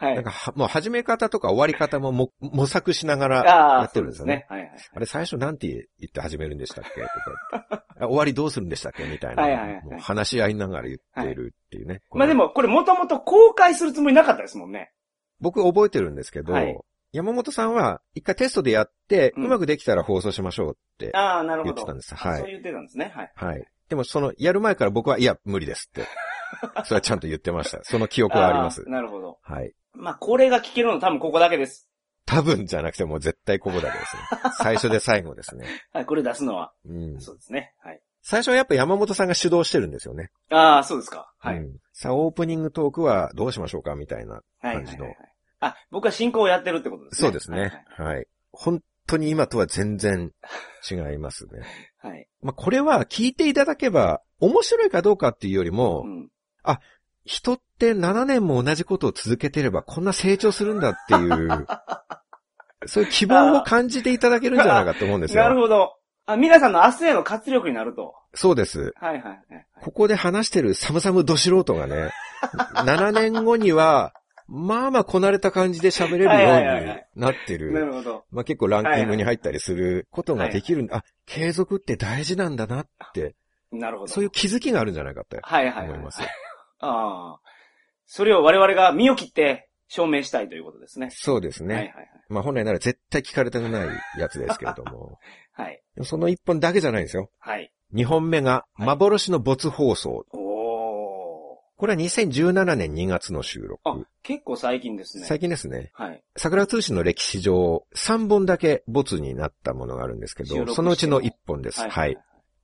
[SPEAKER 2] にないんか。はもう始め方とか終わり方もも模索しながら
[SPEAKER 3] あ
[SPEAKER 2] や
[SPEAKER 3] あ、
[SPEAKER 2] って
[SPEAKER 3] そう
[SPEAKER 2] るん
[SPEAKER 3] で
[SPEAKER 2] です
[SPEAKER 3] す
[SPEAKER 2] よね。
[SPEAKER 3] ね。はいはい。
[SPEAKER 2] あれ最初なんて言って始めるんでしたっけとか言ってあ終わりどうするんでしたっけみたいな。
[SPEAKER 3] はいはいはい
[SPEAKER 2] もう話し合いながら言っているっていうね。
[SPEAKER 3] まあで
[SPEAKER 2] も。
[SPEAKER 3] も、これもともと公開するつもりなかったですもんね。
[SPEAKER 2] 僕覚えてるんですけど、
[SPEAKER 3] はい
[SPEAKER 2] 山本さんは一回テストでやって、
[SPEAKER 3] うん
[SPEAKER 2] うまくできたら放送しましょうって
[SPEAKER 3] ああ、なる
[SPEAKER 2] 言
[SPEAKER 3] ほ
[SPEAKER 2] って
[SPEAKER 3] ど
[SPEAKER 2] たん。です。
[SPEAKER 3] あ
[SPEAKER 2] は
[SPEAKER 3] そう
[SPEAKER 2] い。
[SPEAKER 3] 言ってたんですね。はい。
[SPEAKER 2] はい。でもその、やる前から僕は、いや、無理ですって。それはちゃんと言ってました。その記憶はあります
[SPEAKER 3] ー。なるほど。
[SPEAKER 2] はい。
[SPEAKER 3] まあ、これが聞けるの多分ここだけです。
[SPEAKER 2] 多分じゃなくてもう絶対ここだけですね。最初で最後ですね。
[SPEAKER 3] はい、これ出すのは。
[SPEAKER 2] うん。
[SPEAKER 3] そうですね。はい。
[SPEAKER 2] 最初はやっぱ山本さんが主導してるんですよね。
[SPEAKER 3] ああ、そうですか。は
[SPEAKER 2] う
[SPEAKER 3] い。
[SPEAKER 2] んさあ、オープニングトークはどうしましょうかみたいな
[SPEAKER 3] はい。
[SPEAKER 2] 感じの
[SPEAKER 3] はいはいあ、僕は進行をやってるってことですね。
[SPEAKER 2] そうですね。はい。本当に今とは全然違いますね。
[SPEAKER 3] はい。はい。
[SPEAKER 2] まあ、これは聞いていただけば面白いかどうかっていうよりも、
[SPEAKER 3] うん。
[SPEAKER 2] 人って7年も同じことを続けてればこんな成長するんだって
[SPEAKER 3] [LAUGHS]
[SPEAKER 2] いう、そういう希望を感じていただけるんじゃないかと思うんです
[SPEAKER 3] なる
[SPEAKER 2] よ。
[SPEAKER 3] ほど。あ、皆さんの明日への活力になると。
[SPEAKER 2] そうです。
[SPEAKER 3] はいはいはい。
[SPEAKER 2] ここで話してるサムサムド素人が
[SPEAKER 3] [LAUGHS]
[SPEAKER 2] ね、7年後には、まあまあこなれた感じで喋れるよ
[SPEAKER 3] はいはいはいうは
[SPEAKER 2] に
[SPEAKER 3] い
[SPEAKER 2] なってる。
[SPEAKER 3] なるほど。
[SPEAKER 2] まあ、結構ランキングに入ったりすることができるんだ。あ、継続って大事なんだなって、
[SPEAKER 3] なるほど。
[SPEAKER 2] そういう気づきがあるんじゃないかって
[SPEAKER 3] はいはい
[SPEAKER 2] 思
[SPEAKER 3] はいい。
[SPEAKER 2] ます。
[SPEAKER 3] ああ。それを我々が身を切って証明したいということですね。
[SPEAKER 2] そうですね。
[SPEAKER 3] はいはい
[SPEAKER 2] まあ、本来なら絶対聞かれたくないやつですけれども。
[SPEAKER 3] はい。はい。
[SPEAKER 2] でもその一本だけじゃないんですよ。
[SPEAKER 3] はい。
[SPEAKER 2] 二本目が、幻の没放送。
[SPEAKER 3] おー。
[SPEAKER 2] これは2017年2月の収
[SPEAKER 3] あ
[SPEAKER 2] 録。、
[SPEAKER 3] 結構最近ですね。
[SPEAKER 2] 最近ですね。
[SPEAKER 3] はい。
[SPEAKER 2] 桜通信の歴史上、3本だけ没になったものがあるんですけ
[SPEAKER 3] 収録して
[SPEAKER 2] ど、
[SPEAKER 3] も
[SPEAKER 2] そのうちの1本です。はい。。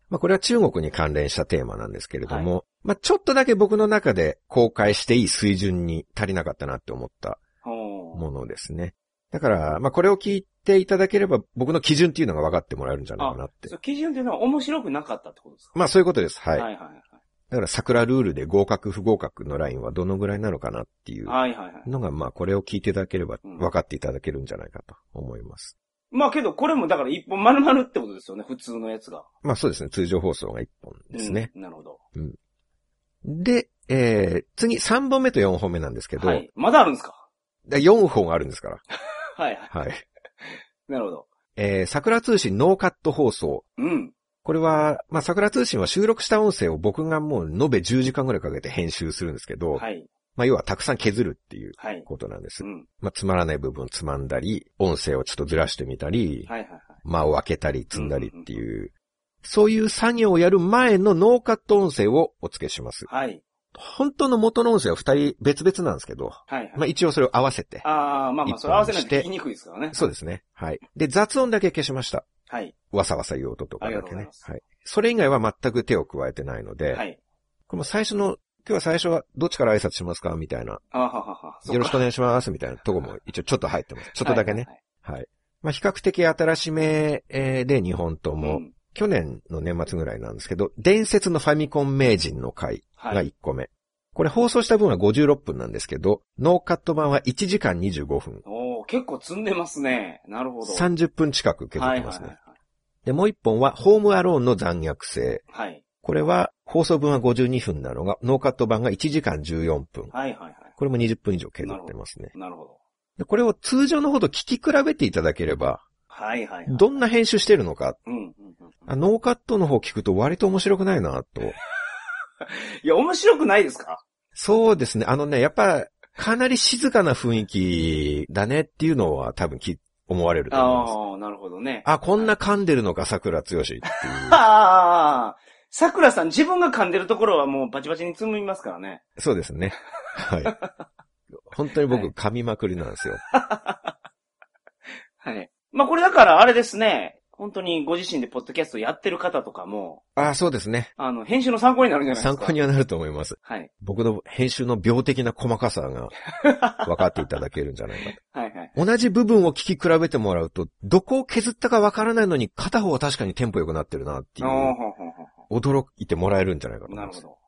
[SPEAKER 2] まあ、これは中国に関連したテーマなんですけれども、まあ、ちょっとだけ僕の中で公開していい水準に足りなかったなって思った
[SPEAKER 3] おー。
[SPEAKER 2] ものですね。だから、まあ、これを聞いていただければ僕の基準っていうのが分かってもらえるんじゃないかなって
[SPEAKER 3] そ。う基準っていうのは面白くなかったってことですか
[SPEAKER 2] まあ、そういうことです。はい。
[SPEAKER 3] はいはいはい。
[SPEAKER 2] だから、桜ルールで合格不合格のラインはどのぐらいなのかなっていう
[SPEAKER 3] はいはいはい。
[SPEAKER 2] のが、まあ、これを聞いていただければ
[SPEAKER 3] うん
[SPEAKER 2] 分かっていただけるんじゃないかと思います。
[SPEAKER 3] まあけど、これもだから一本丸々ってことですよね、普通のやつが。
[SPEAKER 2] まあ、そうですね。通常放送が1本ですね。
[SPEAKER 3] うん。なるほど。
[SPEAKER 2] で、えー、次3本目と4本目なんですけど、
[SPEAKER 3] はい。まだあるんですか
[SPEAKER 2] 4本あるんですから。
[SPEAKER 3] はいはい。
[SPEAKER 2] はい。
[SPEAKER 3] なるほど。
[SPEAKER 2] えー桜通信ノーカット放送。
[SPEAKER 3] うん。
[SPEAKER 2] これは、まあ、桜通信は収録した音声を僕がもう延べ10時間ぐらいかけて編集するんですけど、
[SPEAKER 3] はい。
[SPEAKER 2] まあ、要はたくさん削るっていう
[SPEAKER 3] はい。
[SPEAKER 2] ことなんです
[SPEAKER 3] う。ん。
[SPEAKER 2] まあ、つまらない部分つまんだり、音声をちょっとずらしてみたり、
[SPEAKER 3] はいはいはい。
[SPEAKER 2] 間を開けたり積んだりっていう、そういう作業をやる前のノーカット音声をお付けします。
[SPEAKER 3] はい。
[SPEAKER 2] 本当の元の音声は二人別々なんですけど、
[SPEAKER 3] はいはい。
[SPEAKER 2] まあ、一応それを合わせて。
[SPEAKER 3] ああ、まあまあ、それ合わせないと聞きにくいですからね。
[SPEAKER 2] そうですね。はい。で、雑音だけ消しました。
[SPEAKER 3] はい。
[SPEAKER 2] わさわさ言う音とかだ
[SPEAKER 3] ありが
[SPEAKER 2] け
[SPEAKER 3] とうござい
[SPEAKER 2] ね
[SPEAKER 3] ま。す
[SPEAKER 2] はい。それ以外は全く手を加えてないので、
[SPEAKER 3] はい。
[SPEAKER 2] これも最初の、今日は最初はどっちから挨拶しますかみたいな。
[SPEAKER 3] あーははは。
[SPEAKER 2] よろしくお願いしますみたいなとこも一応ちょっと入ってます。ち
[SPEAKER 3] ち
[SPEAKER 2] ょっとだけね。。はいまあ比較的新しめえーで2本とも、
[SPEAKER 3] うん。
[SPEAKER 2] 去年の年末ぐらいなんですけど、伝説のファミコン名人の回
[SPEAKER 3] は
[SPEAKER 2] が
[SPEAKER 3] い。
[SPEAKER 2] 1個目。これ放送した分は56分なんですけど、ノーカット版は1時間25分。
[SPEAKER 3] おお結構積んでますね。なるほど。
[SPEAKER 2] 30分近く削ってますね。
[SPEAKER 3] はい
[SPEAKER 2] で、もう1本は、ホームアローンの残虐性。
[SPEAKER 3] はいはい。
[SPEAKER 2] これは、放送分は52分なのが、ノーカット版が1時間14分。
[SPEAKER 3] はい。はいはいは
[SPEAKER 2] これも20分以上削ってますね。
[SPEAKER 3] い。なるほど。
[SPEAKER 2] でこれを通常のほど聞き比べていただければ、
[SPEAKER 3] はいはいはい。
[SPEAKER 2] どんな編集してるのか、
[SPEAKER 3] うんうんうん。
[SPEAKER 2] あノーカットの方聞くと割と面白くないなと。
[SPEAKER 3] いや、面白くないですか
[SPEAKER 2] そうですね。あのね、やっぱ、かなり静かな雰囲気だねっていうのは多分き思われると思います。
[SPEAKER 3] ああ、なるほどね。
[SPEAKER 2] あ、こんな噛んでるのか、桜剛
[SPEAKER 3] [LAUGHS]
[SPEAKER 2] っていう。
[SPEAKER 3] ああ、桜さん自分が噛んでるところはもうバチバチに積みますからね。
[SPEAKER 2] そうですね。はい。本当に僕噛みまくりなんですよ。
[SPEAKER 3] はい。まあこれだからあれですね。本当にご自身でポッドキャストやってる方とかも、
[SPEAKER 2] あ、そうですね。
[SPEAKER 3] あの、編集の参考になるんじゃないです
[SPEAKER 2] 参
[SPEAKER 3] か。
[SPEAKER 2] 考にはなると思います。
[SPEAKER 3] はい。
[SPEAKER 2] 僕の編集の病的な細かさが分かっていただけるんじゃないかと。
[SPEAKER 3] はいはい。
[SPEAKER 2] 同じ部分を聞き比べてもらうと、どこを削ったか分からないのに片方は確かにテンポ良くなってるなってい
[SPEAKER 3] おー
[SPEAKER 2] う、
[SPEAKER 3] ほんほんほん
[SPEAKER 2] 驚いてもらえるんじゃないかと
[SPEAKER 3] ほん
[SPEAKER 2] 思
[SPEAKER 3] ないる
[SPEAKER 2] ま
[SPEAKER 3] ほ
[SPEAKER 2] す。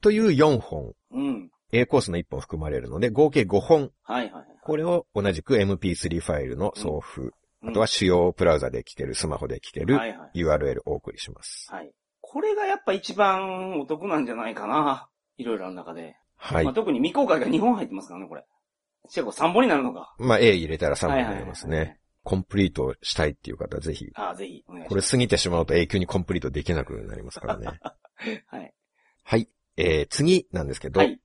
[SPEAKER 3] ど。
[SPEAKER 2] という4本、
[SPEAKER 3] うん。
[SPEAKER 2] A コースの1本含まれるので、合計5本。
[SPEAKER 3] はいはいはい。
[SPEAKER 2] これを同じく MP3 ファイルの送付、
[SPEAKER 3] うん
[SPEAKER 2] あとは主要ブラウザで聞ける、スマホで聞ける
[SPEAKER 3] はいはい。
[SPEAKER 2] URL をお送りします。
[SPEAKER 3] はい。これがやっぱ一番お得なんじゃないかな。いろいろある中で。
[SPEAKER 2] はい
[SPEAKER 3] まあ、。特に未公開が2本入ってますからね、これ。しかも3本になるのか。
[SPEAKER 2] まあ A 入れたら3
[SPEAKER 3] は
[SPEAKER 2] 本
[SPEAKER 3] い
[SPEAKER 2] に
[SPEAKER 3] はい
[SPEAKER 2] な
[SPEAKER 3] はい
[SPEAKER 2] りますね。。コンプリートしたいっていう方はぜひ
[SPEAKER 3] ああ、ぜひ、お願いし
[SPEAKER 2] こ
[SPEAKER 3] ま
[SPEAKER 2] れ過ぎてしまうと永久にコンプリートできなくなりますから
[SPEAKER 3] [LAUGHS]
[SPEAKER 2] ね。
[SPEAKER 3] す。はい。
[SPEAKER 2] はい。えー、次なんですけど、
[SPEAKER 3] はい。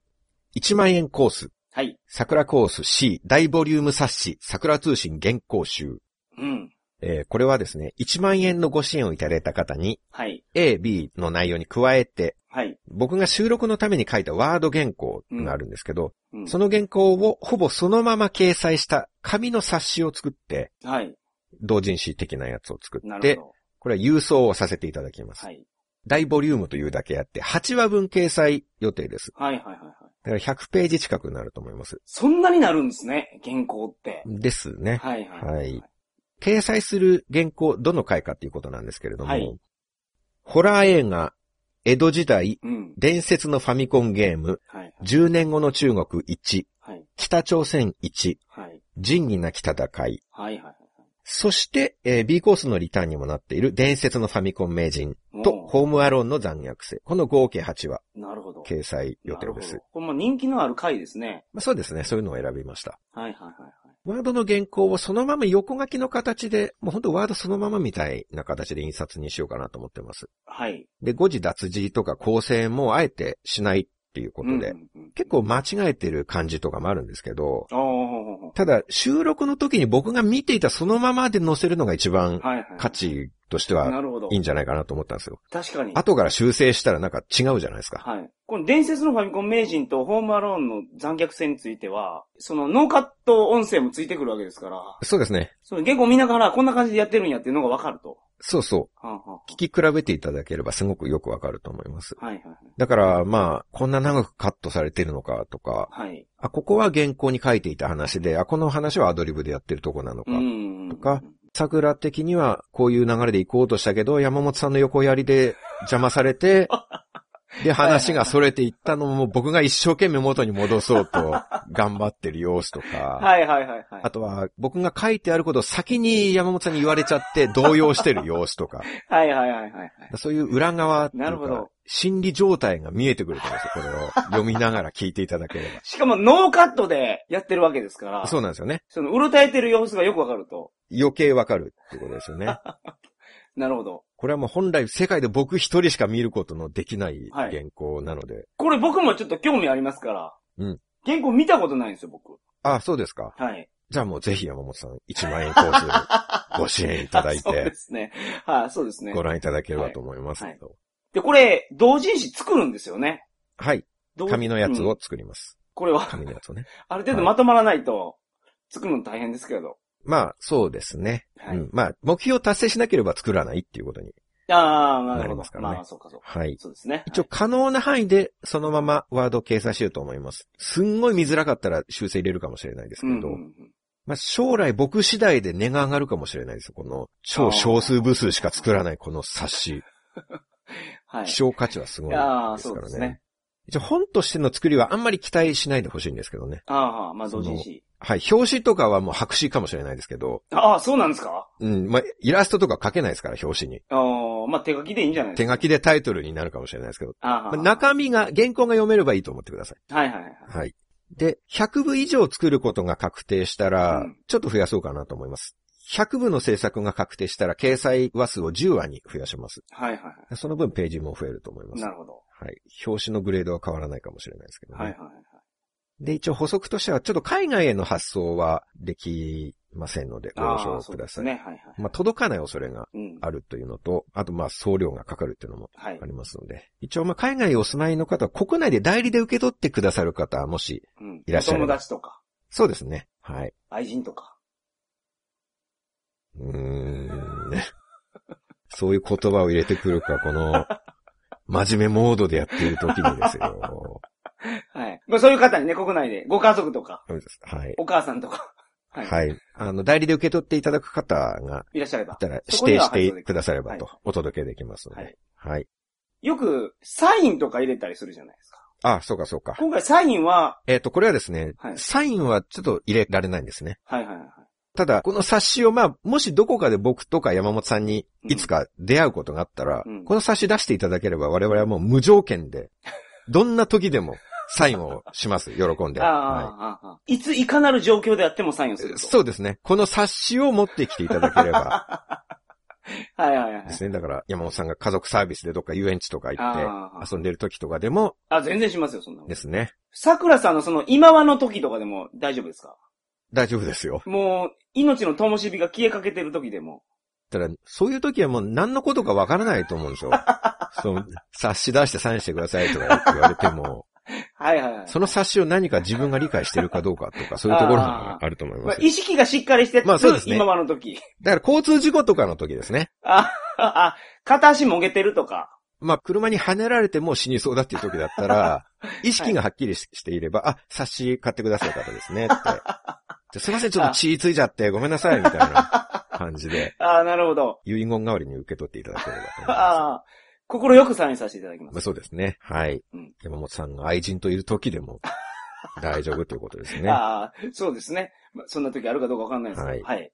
[SPEAKER 2] 1万円コース、
[SPEAKER 3] はい。
[SPEAKER 2] 桜コース C、大ボリューム冊子、桜通信原稿集。
[SPEAKER 3] うん。
[SPEAKER 2] えー、これはですね、1万円のご支援をいただいた方に、
[SPEAKER 3] はい。
[SPEAKER 2] A、B の内容に加えて、
[SPEAKER 3] はい。
[SPEAKER 2] 僕が収録のために書いたワード原稿があるんですけど、
[SPEAKER 3] うん
[SPEAKER 2] その原稿をほぼそのまま掲載した紙の冊子を作って、
[SPEAKER 3] はい。
[SPEAKER 2] 同人誌的なやつを作
[SPEAKER 3] な
[SPEAKER 2] っ
[SPEAKER 3] る
[SPEAKER 2] て
[SPEAKER 3] ほ、ど。
[SPEAKER 2] これは郵送をさせていただきます。
[SPEAKER 3] はい。
[SPEAKER 2] 大ボリュームというだけあって、8話分掲載予定です。
[SPEAKER 3] はいはいはいはい。
[SPEAKER 2] だから100ページ近くになると思います。
[SPEAKER 3] そんなになるんですね、原稿って。
[SPEAKER 2] ですね。
[SPEAKER 3] はいはい。
[SPEAKER 2] はい。掲載する原稿、どの回かっていうことなんですけれども、
[SPEAKER 3] はい
[SPEAKER 2] ホラー映画、江戸時代、
[SPEAKER 3] うん。
[SPEAKER 2] 伝説のファミコンゲーム、
[SPEAKER 3] はい
[SPEAKER 2] 10年後の中国1、
[SPEAKER 3] はい。
[SPEAKER 2] 北朝鮮1、
[SPEAKER 3] はい。
[SPEAKER 2] 仁義なき戦い、
[SPEAKER 3] はいはい。
[SPEAKER 2] そして、えー B コースのリターンにもなっている伝説のファミコン名人と
[SPEAKER 3] も
[SPEAKER 2] ホームアローンの残虐性。この合計8話、
[SPEAKER 3] う、なるほど。
[SPEAKER 2] 掲載予定で
[SPEAKER 3] な
[SPEAKER 2] す
[SPEAKER 3] る。ほど。これも人気のある回ですね。
[SPEAKER 2] まあ、そうですね。そういうのを選びました。
[SPEAKER 3] はいはいはいはい。
[SPEAKER 2] ワードの原稿をそのまま横書きの形で、もうほんとワードそのままみたいな形で印刷にしようかなと思ってます。
[SPEAKER 3] はい。
[SPEAKER 2] で、誤字脱字とか構成もあえてしないっていうことで、
[SPEAKER 3] うんうんうん
[SPEAKER 2] 結構間違えてる感じとかもあるんですけど、
[SPEAKER 3] おー
[SPEAKER 2] ただ収録の時に僕が見ていたそのままで載せるのが一番
[SPEAKER 3] はいはい。
[SPEAKER 2] 価値として
[SPEAKER 3] な
[SPEAKER 2] は
[SPEAKER 3] るほど
[SPEAKER 2] いい。んじゃないかなと思ったんですよ。
[SPEAKER 3] 確かに。
[SPEAKER 2] 後から修正したらなんか違うじゃないですか。
[SPEAKER 3] はい。この伝説のファミコン名人とホームアローンの残虐性については、そのノーカット音声もついてくるわけですから、
[SPEAKER 2] そうですね。
[SPEAKER 3] その原稿見ながらこんな感じでやってるんやっていうのがわかると。
[SPEAKER 2] そうそ
[SPEAKER 3] はあは
[SPEAKER 2] う。聞き比べていただければすごくよくわかると思います。
[SPEAKER 3] あはいはい
[SPEAKER 2] だから、まあ、こんな長くカットされてるのかとか、
[SPEAKER 3] はい。はい。
[SPEAKER 2] あ、ここは原稿に書いていた話で、あ、この話はアドリブでやってるとこなのか。
[SPEAKER 3] うん。
[SPEAKER 2] とか桜的にはこういう流れで行こうとしたけど、山本さんの横やりで邪魔され
[SPEAKER 3] [LAUGHS]
[SPEAKER 2] て、で、話が逸れていったのも僕が一生懸命元に戻そうと頑張ってる様子とか。
[SPEAKER 3] はいはいはいはい。
[SPEAKER 2] あとは、僕が書いてあることを先に山本さんに言われちゃって動揺してる様子と
[SPEAKER 3] [LAUGHS]
[SPEAKER 2] か、
[SPEAKER 3] はいはいはいはいはい。
[SPEAKER 2] そういう裏側っていうか
[SPEAKER 3] なるほど
[SPEAKER 2] 心理状態が見えてくると思うんですよ。これを読みながら聞いていただけれ
[SPEAKER 3] しかもノーカットでやってるわけですか
[SPEAKER 2] ば。
[SPEAKER 3] [LAUGHS] ら、
[SPEAKER 2] そう
[SPEAKER 3] そ
[SPEAKER 2] なんですよね。
[SPEAKER 3] のうろたえてる様子がよくわかると。
[SPEAKER 2] 余計わかるってことですよ
[SPEAKER 3] [LAUGHS]
[SPEAKER 2] ね。
[SPEAKER 3] なるほど。
[SPEAKER 2] これはもう本来世界で僕一人しか見ることのできない
[SPEAKER 3] はい
[SPEAKER 2] 原稿なので。
[SPEAKER 3] これ僕もちょっと興味ありますから、
[SPEAKER 2] うん。
[SPEAKER 3] 原稿見たことないんですよ、僕。
[SPEAKER 2] あ、そうですか。
[SPEAKER 3] はい。
[SPEAKER 2] じゃあもうぜひ山本さん1万円コー
[SPEAKER 3] [LAUGHS]
[SPEAKER 2] スご支援いただい
[SPEAKER 3] そうで
[SPEAKER 2] て
[SPEAKER 3] すね。はい、そうですね
[SPEAKER 2] ご。覧いただければと思いますけど。
[SPEAKER 3] で、これ、同人誌作るんですよね。
[SPEAKER 2] はい。
[SPEAKER 3] 同
[SPEAKER 2] 紙のやつ
[SPEAKER 3] うん
[SPEAKER 2] を作ります。
[SPEAKER 3] これは、
[SPEAKER 2] 紙のやつをね。
[SPEAKER 3] ある程度まとまらないと、作るの大変ですけど。
[SPEAKER 2] まあ、そうですね。
[SPEAKER 3] はい
[SPEAKER 2] うん、まあ、目標を達成しなければ作らないっていうことに。
[SPEAKER 3] ああ、な
[SPEAKER 2] なり
[SPEAKER 3] るほ
[SPEAKER 2] ま
[SPEAKER 3] ど。
[SPEAKER 2] すからね
[SPEAKER 3] まあ、そうかそうか。
[SPEAKER 2] はい。
[SPEAKER 3] そうですね。
[SPEAKER 2] 一応、可能な範囲で、そのままワードを掲載しようと思います。すんごい見づらかったら修正入れるかもしれないです
[SPEAKER 3] う
[SPEAKER 2] け
[SPEAKER 3] ん
[SPEAKER 2] ど、
[SPEAKER 3] うんうん
[SPEAKER 2] まあ、将来僕次第で値が上がるかもしれないです。この、超少数部数しか作らないこの冊子。
[SPEAKER 3] はい。
[SPEAKER 2] 希少価値はすごいです
[SPEAKER 3] ああ、そ
[SPEAKER 2] か
[SPEAKER 3] うで
[SPEAKER 2] ら
[SPEAKER 3] す
[SPEAKER 2] ね。
[SPEAKER 3] ね。
[SPEAKER 2] 一応、本としての作りはあんまり期待しないでほしいんですけどね。
[SPEAKER 3] ああ、まあ、同人誌。
[SPEAKER 2] はい。表紙とかはもう白紙かもしれないですけど、
[SPEAKER 3] ああ、そうなんですか
[SPEAKER 2] うん、まあ、イラストとか書けないですから、表紙に。
[SPEAKER 3] ああ、まあ、手書きでいいんじゃないです
[SPEAKER 2] 手
[SPEAKER 3] か。
[SPEAKER 2] 書きでタイトルになるかもしれないですけど、
[SPEAKER 3] あ
[SPEAKER 2] ま
[SPEAKER 3] あ、
[SPEAKER 2] あ中身が、原稿が読めればいいと思ってください。
[SPEAKER 3] はいはいはい。
[SPEAKER 2] はい。で、100部以上作ることが確定したら
[SPEAKER 3] うん、
[SPEAKER 2] ちょっと増やそうかなと思います。100部の制作が確定したら、掲載話数を10話に増やします。
[SPEAKER 3] はいはいは
[SPEAKER 2] その分ページも増えると思いま
[SPEAKER 3] い。
[SPEAKER 2] す。
[SPEAKER 3] な
[SPEAKER 2] は
[SPEAKER 3] るほど。
[SPEAKER 2] い。表紙のグレードは変わらないかもしれないですけどね。
[SPEAKER 3] はいはいはい。
[SPEAKER 2] で、一応補足としては、ちょっと海外への発送はできませんので、ご
[SPEAKER 3] あ
[SPEAKER 2] 了
[SPEAKER 3] あ
[SPEAKER 2] 承
[SPEAKER 3] そ
[SPEAKER 2] く
[SPEAKER 3] う
[SPEAKER 2] だ
[SPEAKER 3] で
[SPEAKER 2] さ
[SPEAKER 3] す
[SPEAKER 2] い。
[SPEAKER 3] ね。はいはい。
[SPEAKER 2] まあ、届かない恐れが
[SPEAKER 3] うん。
[SPEAKER 2] あるというのと、あと、まあ、送料がかかるっていうのも
[SPEAKER 3] はい
[SPEAKER 2] あ。りますので。一応、まあ、海外お住まいの方は、国内で代理で受け取ってくださる方、もし、
[SPEAKER 3] うん。
[SPEAKER 2] いらっしゃれば
[SPEAKER 3] お友達とか、
[SPEAKER 2] そうですね。はい。
[SPEAKER 3] 愛人とか。
[SPEAKER 2] うーん。 [LAUGHS] そういう言葉を入れてくるか、この、真面目モードでやっている時にですよ。
[SPEAKER 3] はい。まあ、そういう方にね、国内で、ご家族とか、
[SPEAKER 2] はい。
[SPEAKER 3] お母さんとか、はい。
[SPEAKER 2] はい。あの、代理で受け取っていただく方が
[SPEAKER 3] いらっしゃれば
[SPEAKER 2] い。たら、指
[SPEAKER 3] そこに
[SPEAKER 2] 定
[SPEAKER 3] は
[SPEAKER 2] してくださればと
[SPEAKER 3] は、
[SPEAKER 2] お届けできますの
[SPEAKER 3] はい
[SPEAKER 2] で。はい。
[SPEAKER 3] よく、サインとか入れたりするじゃないですか。
[SPEAKER 2] あ、そうかそうか。
[SPEAKER 3] 今回サインは、
[SPEAKER 2] えっと、これはですね
[SPEAKER 3] は、い
[SPEAKER 2] サインはちょっと入れられないんですね。
[SPEAKER 3] はいはいはい。
[SPEAKER 2] ただ、この冊子をまあ、もしどこかで僕とか山本さんにいつか出会うことがあったら
[SPEAKER 3] うんうん、
[SPEAKER 2] この冊子出していただければ我々はもう無条件
[SPEAKER 3] [LAUGHS]
[SPEAKER 2] で、どんな時でもサインをします。喜んで。
[SPEAKER 3] ああ
[SPEAKER 2] は
[SPEAKER 3] ああ、ああ。いつ、いかなる状況であってもサインをする
[SPEAKER 2] い
[SPEAKER 3] と。
[SPEAKER 2] そうですね。この冊子を持ってきていただけ
[SPEAKER 3] [LAUGHS]
[SPEAKER 2] れば
[SPEAKER 3] はいはいはい
[SPEAKER 2] で。すね。だから、山本さんが家族サービスでどっか遊園地とか行っ
[SPEAKER 3] あ
[SPEAKER 2] て遊んでる時とかでも
[SPEAKER 3] あ、全然しますよ、そんなの
[SPEAKER 2] で。すね。
[SPEAKER 3] 桜さんのその、今はの時とかでも大丈夫ですか
[SPEAKER 2] 大丈夫ですよ。
[SPEAKER 3] もう、命の灯火が消えかけてる時でも。
[SPEAKER 2] ただ、そういう時はもう何のことかわからないと思うん
[SPEAKER 3] [LAUGHS]
[SPEAKER 2] ですよ。その、冊子出してサインしてくださいとか言われても、
[SPEAKER 3] はいはいはい。
[SPEAKER 2] その冊子を何か自分が理解してるかどうかと
[SPEAKER 3] [LAUGHS]
[SPEAKER 2] か、そういうところがあると思い
[SPEAKER 3] ま
[SPEAKER 2] ま
[SPEAKER 3] あ
[SPEAKER 2] す。
[SPEAKER 3] 意識がしっかりして
[SPEAKER 2] まあそうですね
[SPEAKER 3] 今はの時。
[SPEAKER 2] だから交通事故とかの時ですね。
[SPEAKER 3] あ、あ、片足もげてるとか。
[SPEAKER 2] まあ、車に跳ねられても死にそうだっていう時だったら、
[SPEAKER 3] [LAUGHS]
[SPEAKER 2] 意識がはっきりししていれば、あ、冊子買ってください方ですね
[SPEAKER 3] [LAUGHS]
[SPEAKER 2] って。じゃすいません、ちょっと血ついちゃって、ごめんなさい、みたいな
[SPEAKER 3] [LAUGHS]
[SPEAKER 2] 感じで、
[SPEAKER 3] ああ、なるほど。
[SPEAKER 2] 遺言代わりに受け取っていただければと思います。
[SPEAKER 3] [LAUGHS] ああ、心よくサインさせていただきま
[SPEAKER 2] まあ、
[SPEAKER 3] す。
[SPEAKER 2] そうですね。はい
[SPEAKER 3] うん。
[SPEAKER 2] 山本さんが愛人といる時で
[SPEAKER 3] [LAUGHS]
[SPEAKER 2] も大丈夫ということですね。
[SPEAKER 3] ああ、そうですね。まあそんな時あるかどうかわかんないですけど
[SPEAKER 2] はい
[SPEAKER 3] はい。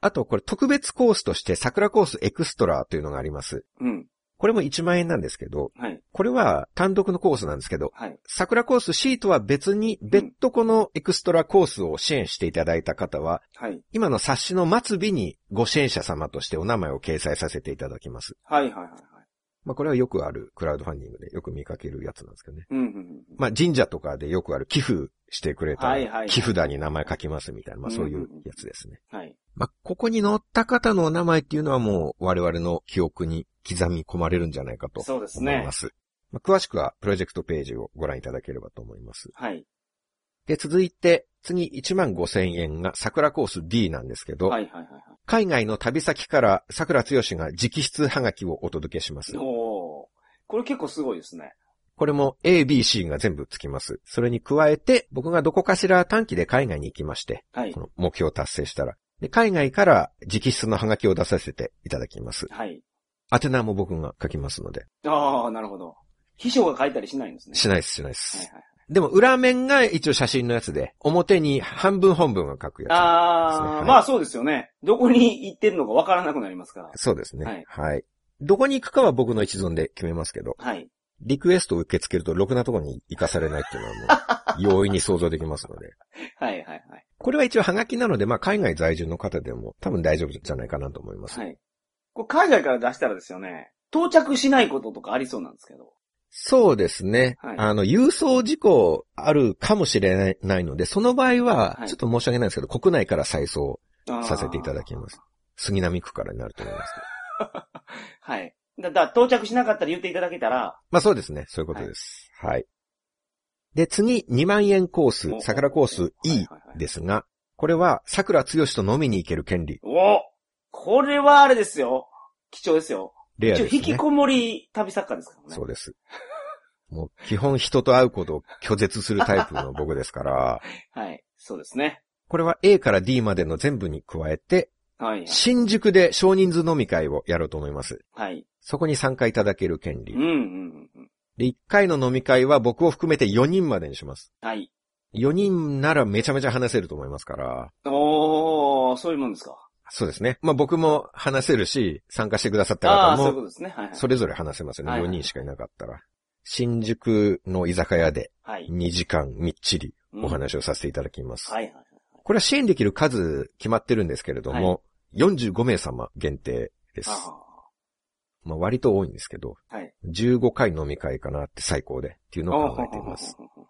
[SPEAKER 2] あと、これ特別コースとして桜コースエクストラというのがあります。
[SPEAKER 3] うん。
[SPEAKER 2] これも1万円なんですけど、
[SPEAKER 3] はい。
[SPEAKER 2] これは単独のコースなんですけど、
[SPEAKER 3] はい。
[SPEAKER 2] 桜コース C とは別に、別途このエクストラコースを支援していただいた方は、
[SPEAKER 3] はい。
[SPEAKER 2] 今の冊子の末尾にご支援者様としてお名前を掲載させていただきます。
[SPEAKER 3] はい。はい。はい。はい。
[SPEAKER 2] まあこれはよくあるクラウドファンディングでよく見かけるやつなんですけどね。
[SPEAKER 3] うんうんうん。
[SPEAKER 2] まあ神社とかでよくある寄付してくれた
[SPEAKER 3] はいはい
[SPEAKER 2] 寄付団に名前書きますみたいな、まあそういうやつですね。
[SPEAKER 3] はい。
[SPEAKER 2] まあここに載った方のお名前っていうのはもう我々の記憶に刻み込まれるんじゃないかと
[SPEAKER 3] そうです
[SPEAKER 2] 思い
[SPEAKER 3] ね
[SPEAKER 2] ま。す。まあ詳しくはプロジェクトページをご覧いただければと思います。
[SPEAKER 3] はい。
[SPEAKER 2] で、続いて、次1万5千円が桜コース D なんですけど、
[SPEAKER 3] はい。はい。はいは
[SPEAKER 2] 海外の旅先から桜剛が直筆はがきをお届けします
[SPEAKER 3] い。。おーこれ結構すごいですね。
[SPEAKER 2] これも A、B、C が全部つきます。それに加えて、僕がどこかしら短期で海外に行きまして、
[SPEAKER 3] はい
[SPEAKER 2] こ。の目標を達成したら、で海外から直筆のはがきを出させていただきます。
[SPEAKER 3] はい。
[SPEAKER 2] 宛名も僕が書きますので。
[SPEAKER 3] ああ、なるほど。秘書が書いたりしないんですね。
[SPEAKER 2] しないです、しないで
[SPEAKER 3] はい
[SPEAKER 2] す。
[SPEAKER 3] はい。
[SPEAKER 2] でも裏面が一応写真のやつで、表に半分本文が書くやつ。
[SPEAKER 3] ああ、
[SPEAKER 2] はい
[SPEAKER 3] まあそうですよね。どこに行ってるのかわからなくなりますから。
[SPEAKER 2] そうですね。
[SPEAKER 3] は
[SPEAKER 2] はいい。どこに行くかは僕の一存で決めますけど、
[SPEAKER 3] はい。
[SPEAKER 2] リクエストを受け付けるとろくなところに行かされないっていうのはもう、容易に想像できますので。 [LAUGHS]
[SPEAKER 3] はいはいはい。
[SPEAKER 2] これは一応ハガキなので、まあ海外在住の方でも多分大丈夫じゃないかなと思います。
[SPEAKER 3] はい。これ海外から出したらですよね、到着しないこととかありそうなんですけど。
[SPEAKER 2] そうですね。
[SPEAKER 3] はい
[SPEAKER 2] あの、郵送事故あるかもしれないないので、その場合は
[SPEAKER 3] は、い
[SPEAKER 2] ちょっと申し訳ないんですけど、国内から再送、
[SPEAKER 3] あー
[SPEAKER 2] させていただきます。杉並区からになると思いますけど。
[SPEAKER 3] はい。だ、だ、到着しなかったら言っていただけたら、
[SPEAKER 2] まあそうですね。そういうことです。はい。で、次、2万円コー
[SPEAKER 3] お
[SPEAKER 2] ス、桜コース E
[SPEAKER 3] はいはいはい
[SPEAKER 2] ですが、これは桜剛と飲みに行ける権利。
[SPEAKER 3] おこれはあれですよ。貴重ですよ。
[SPEAKER 2] レア
[SPEAKER 3] 一応、
[SPEAKER 2] ですね。
[SPEAKER 3] 引きこもり旅作家ですからね。
[SPEAKER 2] そうです。もう基本人と会うことを拒絶するタイプの僕です
[SPEAKER 3] [LAUGHS]
[SPEAKER 2] から、
[SPEAKER 3] はい。そうですね。
[SPEAKER 2] これは A から D までの全部に加えて、
[SPEAKER 3] はい。
[SPEAKER 2] 新宿で少人数飲み会をやろうと思います。
[SPEAKER 3] はい。
[SPEAKER 2] そこに参加いただける権利
[SPEAKER 3] うん、。うん、うんうん。
[SPEAKER 2] で、1回の飲み会は僕を含めて4人までにします。
[SPEAKER 3] はい。
[SPEAKER 2] 4人ならめちゃめちゃ話せると思いますから、
[SPEAKER 3] おー、そういうもんですか。
[SPEAKER 2] そうですね。まあ僕も話せるし、参加してくださった
[SPEAKER 3] ああー、そう
[SPEAKER 2] 方
[SPEAKER 3] いうこ
[SPEAKER 2] も、
[SPEAKER 3] とですね。はい、はい。
[SPEAKER 2] それぞれ話せますよね。
[SPEAKER 3] はいはい
[SPEAKER 2] 4人しかいなかったら。新宿の居酒屋で
[SPEAKER 3] はい。
[SPEAKER 2] 2時間みっちり
[SPEAKER 3] うん
[SPEAKER 2] お話をさせていただきます。
[SPEAKER 3] はい、はい。
[SPEAKER 2] これは支援できる数決まってるんですけれども、45名様限定です。
[SPEAKER 3] あ
[SPEAKER 2] まあ割と多いんですけど、
[SPEAKER 3] あ、はい。
[SPEAKER 2] 15回飲み会かなって最高でっていうのを考えています。
[SPEAKER 3] おー。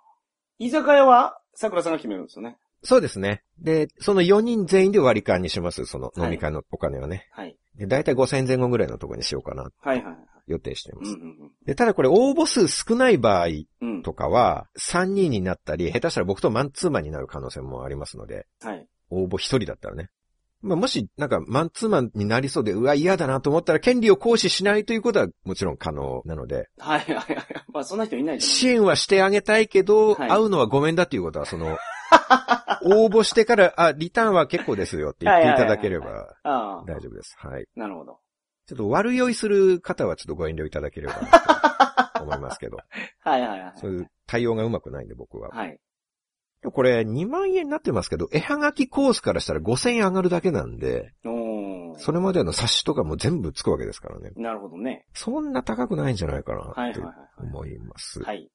[SPEAKER 3] 居酒屋は、桜さんが決めるんですよね。
[SPEAKER 2] そうですね。で、その4人全員で割り勘にします。その飲み会のお金はね。
[SPEAKER 3] はい。
[SPEAKER 2] で、だいたい5000前後ぐらいのところにしようかな、
[SPEAKER 3] はい、はい。はい
[SPEAKER 2] 予定していま
[SPEAKER 3] うん、
[SPEAKER 2] す
[SPEAKER 3] う。ん
[SPEAKER 2] で、ただこれ応募数少ない場合
[SPEAKER 3] うん、うん。
[SPEAKER 2] とかは、3人になったり、下手したら僕とマンツーマンになる可能性もありますので、
[SPEAKER 3] はい。
[SPEAKER 2] 応募1人だったらね。まあ、もし、なんか、マンツーマンになりそうで、うわ、嫌だなと思ったら、権利を行使しないということは、もちろん可能なので、
[SPEAKER 3] はい、はい、はい。まあ、そんな人いないじ
[SPEAKER 2] 支援はしてあげたいけど、
[SPEAKER 3] はい
[SPEAKER 2] 会うのはごめんだっていうことは、その、 [LAUGHS] 応募してから、あ、リターンは結構ですよって言っていただけれ
[SPEAKER 3] はい
[SPEAKER 2] ば、
[SPEAKER 3] ゃないああ、
[SPEAKER 2] 大丈夫です。はい。
[SPEAKER 3] なるほど。
[SPEAKER 2] ちょっと悪酔いする方は、ちょっとご遠慮いただければなと思いますけど、
[SPEAKER 3] はい、はい、はい。
[SPEAKER 2] そういう対応がうまくないんで、僕は。
[SPEAKER 3] はい。
[SPEAKER 2] これ、2万円になってますけど、絵はがきコースからしたら5000円上がるだけなんで、
[SPEAKER 3] おー。
[SPEAKER 2] それまでの冊子とかも全部つくわけですからね。
[SPEAKER 3] なるほどね。
[SPEAKER 2] そんな高くないんじゃないか
[SPEAKER 3] は、
[SPEAKER 2] ないっ
[SPEAKER 3] はい、
[SPEAKER 2] て
[SPEAKER 3] はいは
[SPEAKER 2] 思います。
[SPEAKER 3] い。はい。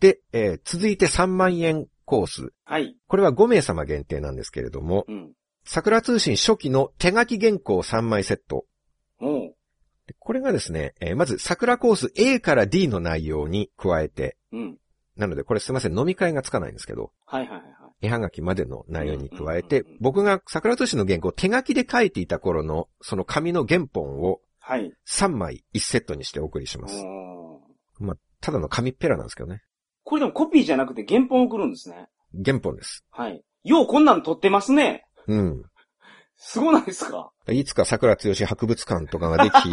[SPEAKER 2] で、えー続いて3万円コース。
[SPEAKER 3] はい。
[SPEAKER 2] これは5名様限定なんですけれども、
[SPEAKER 3] うん。
[SPEAKER 2] 桜通信初期の手書き原稿3枚セット。
[SPEAKER 3] おう。
[SPEAKER 2] でこれがですね、えーまず桜コース A から D の内容に加えて、
[SPEAKER 3] うん。
[SPEAKER 2] なのでこれすいません、飲み会がつかないんですけど、
[SPEAKER 3] はい、はい、はい。はい
[SPEAKER 2] 絵はがきまでの内容に加え
[SPEAKER 3] うん
[SPEAKER 2] て
[SPEAKER 3] うんうんうん、
[SPEAKER 2] 僕が桜都市の原稿を手書きで書いていた頃の、その紙の原本を
[SPEAKER 3] はい。
[SPEAKER 2] 3枚1セットにしてお送りします。
[SPEAKER 3] おー。
[SPEAKER 2] ただの紙っぺらなんですけどね。
[SPEAKER 3] これでもコピーじゃなくて原本送るんですね。
[SPEAKER 2] 原本です。
[SPEAKER 3] はい。ようこんなん撮ってますね。
[SPEAKER 2] うん。
[SPEAKER 3] すごないですか
[SPEAKER 2] いつか桜強し博物館とかができ、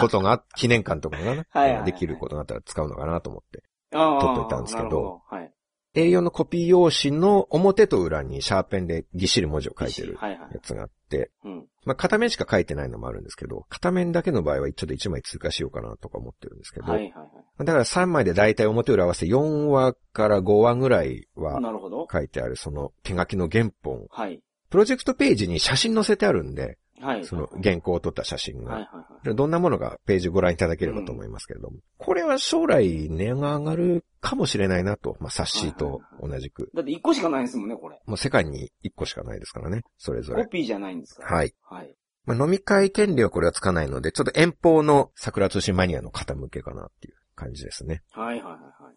[SPEAKER 2] ことが、記念館とかがな、
[SPEAKER 3] [LAUGHS] はいはいはい
[SPEAKER 2] できることがあったら使うのかなと思って。
[SPEAKER 3] ああ。
[SPEAKER 2] 撮っといたんですけど
[SPEAKER 3] なるほはい。
[SPEAKER 2] A4 のコピー用紙の表と裏にシャーペンでぎっしり文字を書いてる
[SPEAKER 3] はいはい。
[SPEAKER 2] やつがあって、
[SPEAKER 3] うん。
[SPEAKER 2] まあ、片面しか書いてないのもあるんですけど、片面だけの場合はちょっと1枚追加しようかなとか思ってるんですけど、
[SPEAKER 3] はいはいは。
[SPEAKER 2] だから3枚で大体表裏合わせ4話から5話ぐらいはい
[SPEAKER 3] なるほど。
[SPEAKER 2] 書いてあるその手書きの原本。
[SPEAKER 3] はい。
[SPEAKER 2] プロジェクトページに写真載せてあるんで、
[SPEAKER 3] はい。
[SPEAKER 2] その原稿を撮った写真
[SPEAKER 3] はいはい
[SPEAKER 2] が。
[SPEAKER 3] は
[SPEAKER 2] どんなものがページご覧いただければと思いますけれども。これは将来値が上がるかもしれないなと。まあ、冊子と同じく。
[SPEAKER 3] い。だって一個しかないですもんね、これ。
[SPEAKER 2] もう世界に1個しかないですからね。それぞ
[SPEAKER 3] コ
[SPEAKER 2] れ。
[SPEAKER 3] ピーじゃないんですから。
[SPEAKER 2] はい。
[SPEAKER 3] はい。
[SPEAKER 2] まあ、飲み会権利はこれはつかないので、ちょっと遠方の桜通信マニアの方向けかなっていう感じですね。
[SPEAKER 3] はいはいはいはい。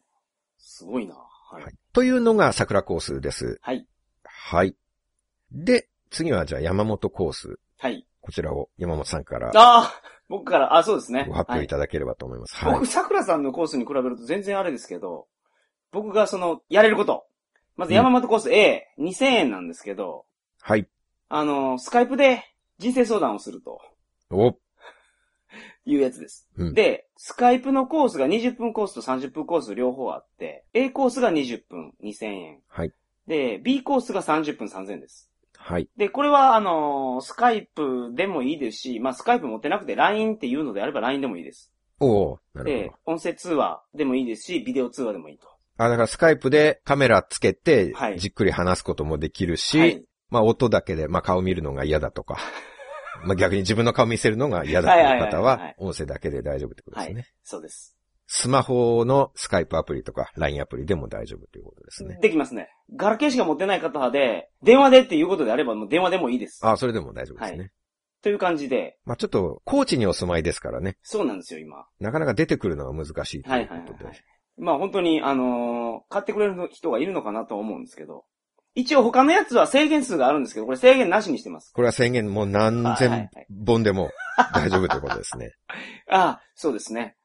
[SPEAKER 3] すごいな。はい
[SPEAKER 2] は。い。というのが桜コースです。
[SPEAKER 3] はい。
[SPEAKER 2] はい。で、次はじゃあ山本コース。
[SPEAKER 3] はい。
[SPEAKER 2] こちらを山本さんから
[SPEAKER 3] ああ僕から、あ、そうですね。
[SPEAKER 2] ご発
[SPEAKER 3] は
[SPEAKER 2] 表い
[SPEAKER 3] い
[SPEAKER 2] ただければと思います。はい。
[SPEAKER 3] 僕、桜さんのコースに比べると全然あれですけど、僕がその、やれること。まず山本コース A、2000円なんですけど、
[SPEAKER 2] はい。
[SPEAKER 3] あの、スカイプで人生相談をすると
[SPEAKER 2] お、
[SPEAKER 3] いうやつです。
[SPEAKER 2] うん
[SPEAKER 3] で、スカイプのコースが20分コースと30分コース両方あって、A コースが20分2000円。
[SPEAKER 2] はい。
[SPEAKER 3] で、B コースが30分3000円です。
[SPEAKER 2] はい。
[SPEAKER 3] で、これは、あのスカイプでもいいですし、まあ、スカイプ持ってなくて LINE っていうのであれば LINE でもいいです。
[SPEAKER 2] おーなるほ
[SPEAKER 3] で
[SPEAKER 2] ど。、
[SPEAKER 3] 音声通話でもいいですし、ビデオ通話でもいいと。
[SPEAKER 2] あ、だからスカイプでカメラつけて
[SPEAKER 3] は、い
[SPEAKER 2] じっくり話すこともできるし、
[SPEAKER 3] はい
[SPEAKER 2] まあ音だけで、まあ顔見るのが嫌だと
[SPEAKER 3] [LAUGHS]
[SPEAKER 2] か、まあ逆に自分の顔見せるのが嫌だという方
[SPEAKER 3] はいはいはいは、
[SPEAKER 2] はい音声だけで大丈夫ってことですね。
[SPEAKER 3] そうです。
[SPEAKER 2] スマホのスカイプアプリとか LINE アプリでも大丈夫ということですね。
[SPEAKER 3] できますね。ガラケーしか持ってない方で、電話でっていうことであれば、もう電話でもいいです。
[SPEAKER 2] あ、それでも大丈夫ですね。
[SPEAKER 3] はいという感じで、
[SPEAKER 2] まあちょっと、高知にお住まいですからね、
[SPEAKER 3] そうなんですよ、今。
[SPEAKER 2] なかなか出てくるのは難しいということで。
[SPEAKER 3] はいはいはいはいまあ本当に、あのー買ってくれる人がいるのかなとは思うんですけど。一応他のやつは制限数があるんですけど、これ制限なしにしてます。
[SPEAKER 2] これは宣言もう何千本でも大丈夫ということですね。 [LAUGHS]
[SPEAKER 3] ああ、そうですね。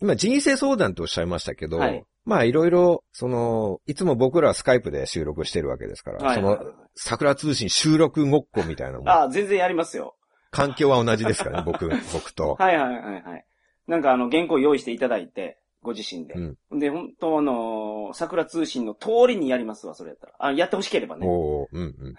[SPEAKER 2] 今人生相談とおっしゃいましたけど、
[SPEAKER 3] はい
[SPEAKER 2] まあいろいろ、その、いつも僕らはスカイプで収録してるわけですから、
[SPEAKER 3] はいはいはい
[SPEAKER 2] その、桜通信収録ごっこみたいなのも、
[SPEAKER 3] ああ、全然やりますよ。
[SPEAKER 2] 環境は同じですからね、
[SPEAKER 3] [LAUGHS]
[SPEAKER 2] 僕、僕と。
[SPEAKER 3] はいはいはいはい。なんかあの、原稿用意していただいて、ご自身で。で、本当あのー桜通信の通りにやりますわ、それやったら。あやってほしければね。
[SPEAKER 2] おー、うんうん。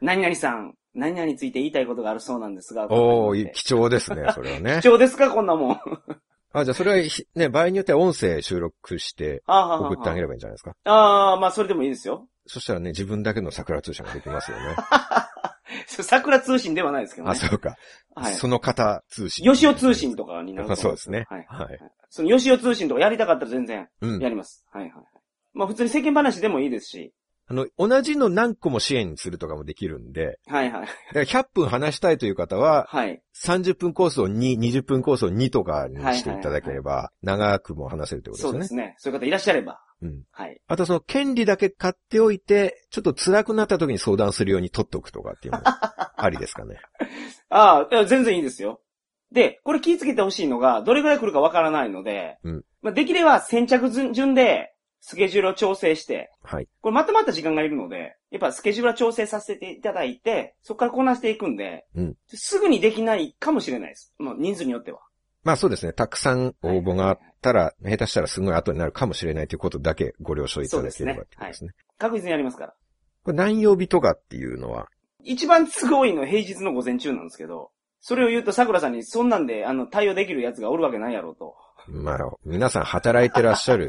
[SPEAKER 3] 何々さん、何々について言いたいことがあるそうなんですが。
[SPEAKER 2] お
[SPEAKER 3] 言っ
[SPEAKER 2] ー、
[SPEAKER 3] て
[SPEAKER 2] 貴重ですね、それはね
[SPEAKER 3] 貴。重ですかこんなもん。 [LAUGHS]
[SPEAKER 2] あ、じゃあそれはひ、ね、場合によっては音声収録して
[SPEAKER 3] ああ
[SPEAKER 2] 送ってあげ
[SPEAKER 3] る。
[SPEAKER 2] ればいいんじゃないですか。
[SPEAKER 3] ああ、まあそれでもいいですよ。 [LAUGHS]
[SPEAKER 2] そしたらね、自分だけの桜通信ができますよね。
[SPEAKER 3] そう桜通信ではないですけど
[SPEAKER 2] あ、
[SPEAKER 3] ね。
[SPEAKER 2] そうか。
[SPEAKER 3] はい。
[SPEAKER 2] その方通信。
[SPEAKER 3] 吉尾通信とかになると
[SPEAKER 2] あ [LAUGHS] そうですね。
[SPEAKER 3] はい。
[SPEAKER 2] はい。
[SPEAKER 3] その吉尾通信とかやりたかったら全然
[SPEAKER 2] うん
[SPEAKER 3] や。ります。はいはいはい。まあ普通に世間話でもいいですし。
[SPEAKER 2] あの、同じの何個も支援するとかもできるんで、
[SPEAKER 3] はいは
[SPEAKER 2] だ
[SPEAKER 3] い。
[SPEAKER 2] から100分話したいという方は、
[SPEAKER 3] はい。
[SPEAKER 2] 30分コースを2、20分コースを2とかにしていただければ、長くも話せるということ
[SPEAKER 3] そう
[SPEAKER 2] で
[SPEAKER 3] です
[SPEAKER 2] ね。
[SPEAKER 3] すね。そういう方いらっしゃれば。
[SPEAKER 2] うん。
[SPEAKER 3] はい。
[SPEAKER 2] あとその権利だけ買っておいて、ちょっと辛くなった時に相談するように取っとくとかっていうのもありですかね。
[SPEAKER 3] ああ、いや全然いいですよ。で、これ気をつけてほしいのが、どれぐらい来るかわからないので、
[SPEAKER 2] うん
[SPEAKER 3] まあできれば先着順順で、スケジュールを調整して、
[SPEAKER 2] はい。
[SPEAKER 3] これまとまった時間がいるので、やっぱスケジュールは調整させていただいて、そこからこなしていくんで、
[SPEAKER 2] うん
[SPEAKER 3] すぐにできないかもしれないです。もう人数によっては。
[SPEAKER 2] まあそうですね。たくさん応募があったら、下手したらすごい後になるかもしれないということだけご了承いただければってことですね。
[SPEAKER 3] 確実にやりますから。
[SPEAKER 2] これ何曜日とかっていうのは、
[SPEAKER 3] 一番都合いいのは平日の午前中なんですけど、それを言うと桜さんに、そんなんで、あの、対応できるやつがおるわけないやろうと。
[SPEAKER 2] まあ、皆さん働いてらっしゃ
[SPEAKER 3] [LAUGHS]
[SPEAKER 2] る。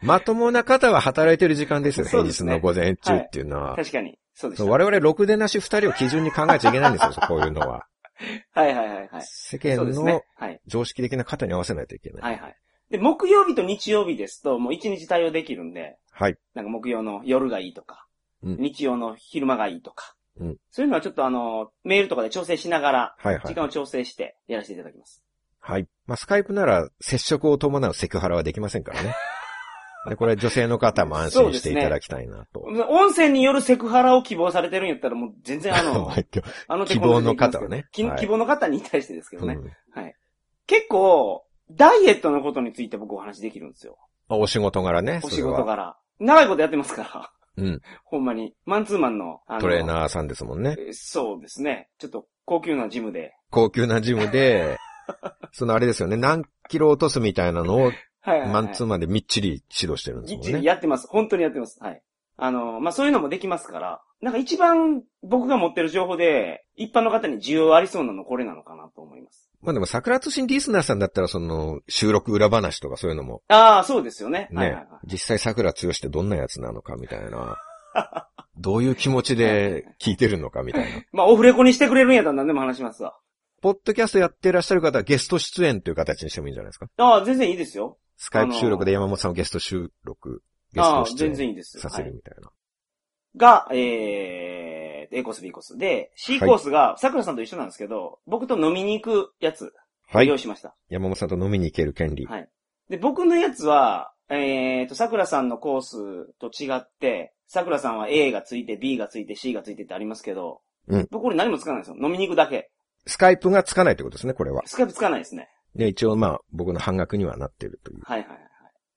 [SPEAKER 2] まともな方は働いてる時間ですよ。平
[SPEAKER 3] そうで
[SPEAKER 2] 日
[SPEAKER 3] すね
[SPEAKER 2] の午前中っていうのは。
[SPEAKER 3] 確かに。そうでし
[SPEAKER 2] そ
[SPEAKER 3] た。
[SPEAKER 2] う
[SPEAKER 3] は
[SPEAKER 2] 我
[SPEAKER 3] い
[SPEAKER 2] 々、ろくでなし二人を基準に考えちゃいけないんですよ、そうこういうのは。
[SPEAKER 3] はいはいはい。
[SPEAKER 2] 世
[SPEAKER 3] そう
[SPEAKER 2] 間
[SPEAKER 3] です
[SPEAKER 2] の
[SPEAKER 3] ね。はい。
[SPEAKER 2] 常識的な方に合わせないといけない。
[SPEAKER 3] はいはい。で、木曜日と日曜日ですと、もう一日対応できるんで、
[SPEAKER 2] はい。
[SPEAKER 3] なんか木曜の夜がいいとか、
[SPEAKER 2] うん
[SPEAKER 3] 日曜の昼間がいいとか、
[SPEAKER 2] うん
[SPEAKER 3] そういうのはちょっとあの、メールとかで調整しながら、
[SPEAKER 2] はいは
[SPEAKER 3] 時
[SPEAKER 2] い。
[SPEAKER 3] 間を調整してやらせていただきます。
[SPEAKER 2] はい。まあ、スカイプなら接触を伴うセクハラはできません
[SPEAKER 3] [LAUGHS]
[SPEAKER 2] からね。で、これ女性の方も安心していただきたいなと。
[SPEAKER 3] 音声によるセクハラを希望されてるんやったらもう全然あの
[SPEAKER 2] [LAUGHS] まあ、今日
[SPEAKER 3] あの
[SPEAKER 2] 希望の方はね
[SPEAKER 3] き
[SPEAKER 2] はい
[SPEAKER 3] 希望の方に対してですけどね。
[SPEAKER 2] うん
[SPEAKER 3] 結構、ダイエットのことについて僕お話できるんですよ。
[SPEAKER 2] まあお仕事柄ね。
[SPEAKER 3] お
[SPEAKER 2] そ
[SPEAKER 3] 仕
[SPEAKER 2] れは
[SPEAKER 3] 事柄。長いことやってますから。
[SPEAKER 2] うん。
[SPEAKER 3] [LAUGHS] ほんまに、マンツーマンの、あの
[SPEAKER 2] トレーナーさんですもんね。
[SPEAKER 3] えそうですね。ちょっと高級なジムで。
[SPEAKER 2] 高級なジムで、 [LAUGHS] そのあれですよね、何キロ落とすみたいなのを
[SPEAKER 3] はいはい、はい。
[SPEAKER 2] マンツーマンでみっちり指導してるんです
[SPEAKER 3] 一
[SPEAKER 2] もんね。
[SPEAKER 3] やってます。本当にやってます。はい。あの、まあ、そういうのもできますから、なんか一番僕が持ってる情報で、一般の方に需要ありそうなのこれなのかなと思います。
[SPEAKER 2] まあでも桜通信リスナーさんだったらその収録裏話とかそういうのも
[SPEAKER 3] ああ、そうですよね。
[SPEAKER 2] ね、
[SPEAKER 3] はいはいはい。
[SPEAKER 2] 実際桜強しってどんなやつなのかみたい
[SPEAKER 3] [LAUGHS]
[SPEAKER 2] な。どういう気持ちで聞いてるのかみたいな。
[SPEAKER 3] まあ、オフレコにしてくれるんやったら何でも話しますわ。
[SPEAKER 2] ポッドキャストやってらっしゃる方はゲスト出演という形にしてもいいんじゃないですか
[SPEAKER 3] ああ、全然いいですよ。
[SPEAKER 2] スカイプ収録で山本さんをゲスト収録、ゲ
[SPEAKER 3] ああ、
[SPEAKER 2] スト
[SPEAKER 3] 全
[SPEAKER 2] 出
[SPEAKER 3] 然
[SPEAKER 2] 演
[SPEAKER 3] いいです。
[SPEAKER 2] させる
[SPEAKER 3] はい
[SPEAKER 2] みたいな。
[SPEAKER 3] が、えー、A コース、B コース。で、C コースが、桜さんと一緒なんですけど、僕と飲みに行くやつ、
[SPEAKER 2] はい
[SPEAKER 3] 用。意しました。
[SPEAKER 2] 山本さんと飲みに行ける権利。
[SPEAKER 3] はいで、僕のやつは、えーと、桜さんのコースと違って、桜さんは A がついて、B がついて、C がついてってありますけど、
[SPEAKER 2] うん
[SPEAKER 3] 僕これ何もつかないんですよ。飲みに行くだけ。
[SPEAKER 2] スカイプがつかないってことですね、これは。
[SPEAKER 3] スカイプつかないですね。
[SPEAKER 2] で、一応まあ、僕の半額にはなってるという。
[SPEAKER 3] はいはいはい。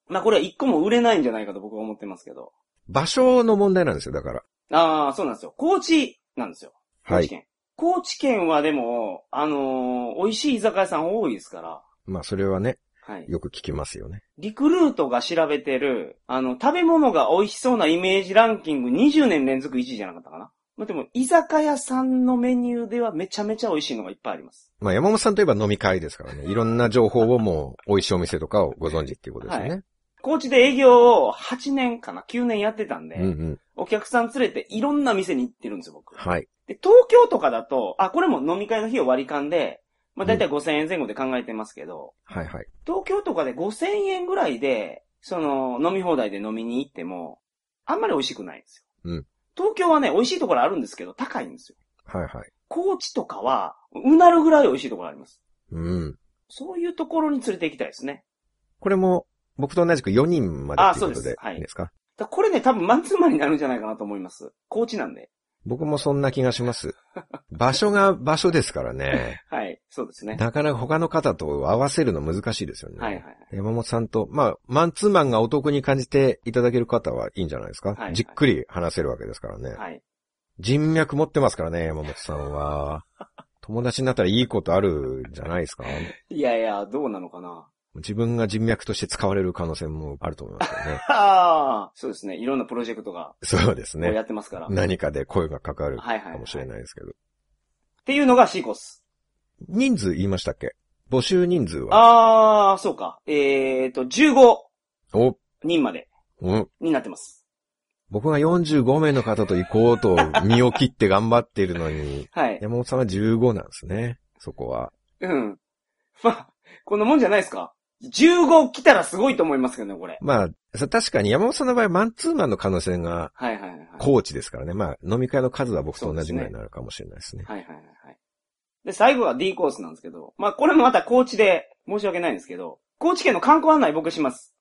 [SPEAKER 3] まあこれは一個も売れないんじゃないかと僕は思ってますけど。
[SPEAKER 2] 場所の問題なんですよ、だから。
[SPEAKER 3] ああ、そうなんですよ。高知なんですよ。
[SPEAKER 2] は
[SPEAKER 3] 高知
[SPEAKER 2] い。
[SPEAKER 3] 県。高知県はでも、あのー美味しい居酒屋さん多いですから、
[SPEAKER 2] まあ、それはね、
[SPEAKER 3] はい。
[SPEAKER 2] よく聞きますよね。
[SPEAKER 3] リクルートが調べてる、あの、食べ物が美味しそうなイメージランキング20年連続1位じゃなかったかな。まあ、でも、居酒屋さんのメニューではめちゃめちゃ美味しいのがいっぱいあります。
[SPEAKER 2] まあ、山本さんといえば飲み会ですからね。いろんな情報をもう、美味しいお店とかをご存知っていうことですよね。
[SPEAKER 3] 高知で営業を8年かな ?9 年やってたんで、
[SPEAKER 2] うんうん。
[SPEAKER 3] お客さん連れていろんな店に行ってるんですよ、僕。
[SPEAKER 2] はい。
[SPEAKER 3] で、東京とかだと、あ、これも飲み会の費用割り勘で、まあ、だいたい5000円前後で考えてますけど、
[SPEAKER 2] はいはい。
[SPEAKER 3] 東京とかで5000円ぐらいで、その、飲み放題で飲みに行っても、あんまり美味しくないんですよ。
[SPEAKER 2] うん
[SPEAKER 3] 東京はね、美味しいところあるんですけど、高いんですよ。
[SPEAKER 2] はいはい。
[SPEAKER 3] 高知とかは、うなるぐらい美味しいところあります。
[SPEAKER 2] うん。
[SPEAKER 3] そういうところに連れて行きたいですね。
[SPEAKER 2] これも、僕と同じく4人までっていうこ
[SPEAKER 3] あそ
[SPEAKER 2] と
[SPEAKER 3] うです
[SPEAKER 2] で
[SPEAKER 3] はい
[SPEAKER 2] いいですか
[SPEAKER 3] だこれね、多分マンツーマンになるんじゃないかなと思います。高知なんで。
[SPEAKER 2] 僕もそんな気がします。場所が場所ですからね。
[SPEAKER 3] はい、そうですね。
[SPEAKER 2] なかなか他の方と合わせるの難しいですよね。
[SPEAKER 3] はいはいはい。
[SPEAKER 2] 山本さんと、まあ、マンツーマンがお得に感じていただける方はいいんじゃないですか、
[SPEAKER 3] いはい
[SPEAKER 2] じっくり話せるわけですからね。
[SPEAKER 3] はい。
[SPEAKER 2] 人脈持ってますからね、山本さんは。 [LAUGHS] 友達になったらいいことあるんじゃないですか
[SPEAKER 3] いやいや、どうなのかな。。
[SPEAKER 2] 自分が人脈として使われる可能性もあると思いますよね
[SPEAKER 3] [LAUGHS] ああ、そうですね。いろんなプロジェクトが、
[SPEAKER 2] そうです
[SPEAKER 3] こうや
[SPEAKER 2] ね。
[SPEAKER 3] ってますから。
[SPEAKER 2] 何かで声がかかるか
[SPEAKER 3] はいはい、はい。
[SPEAKER 2] もしれ
[SPEAKER 3] っ
[SPEAKER 2] ないですけど。
[SPEAKER 3] ていうのが C コース。
[SPEAKER 2] 人数言いましたっけ募集人数は
[SPEAKER 3] あー、そうか。えーと、15
[SPEAKER 2] お、
[SPEAKER 3] 人まで
[SPEAKER 2] うん。
[SPEAKER 3] になってます。、
[SPEAKER 2] 僕が45名の方と行こうと身を切って頑張ってるのに
[SPEAKER 3] [LAUGHS] はい。
[SPEAKER 2] 山本さんは15なんですね。そこは。
[SPEAKER 3] うん。 [LAUGHS] まあ、こんなもんじゃないですか。15来たらすごいと思いますけどね、これ。
[SPEAKER 2] まあ、さ確かに山本さんの場合、マンツーマンの可能性が
[SPEAKER 3] はいはいはいはい。
[SPEAKER 2] 高知ですからね。まあ、飲み会の数は僕と同じぐらいになるかもしれないですね。
[SPEAKER 3] はいはいはいはい。で、最後が D コースなんですけど、まあ、これもまた高知で申し訳ないんですけど、高知県の観光案内僕します。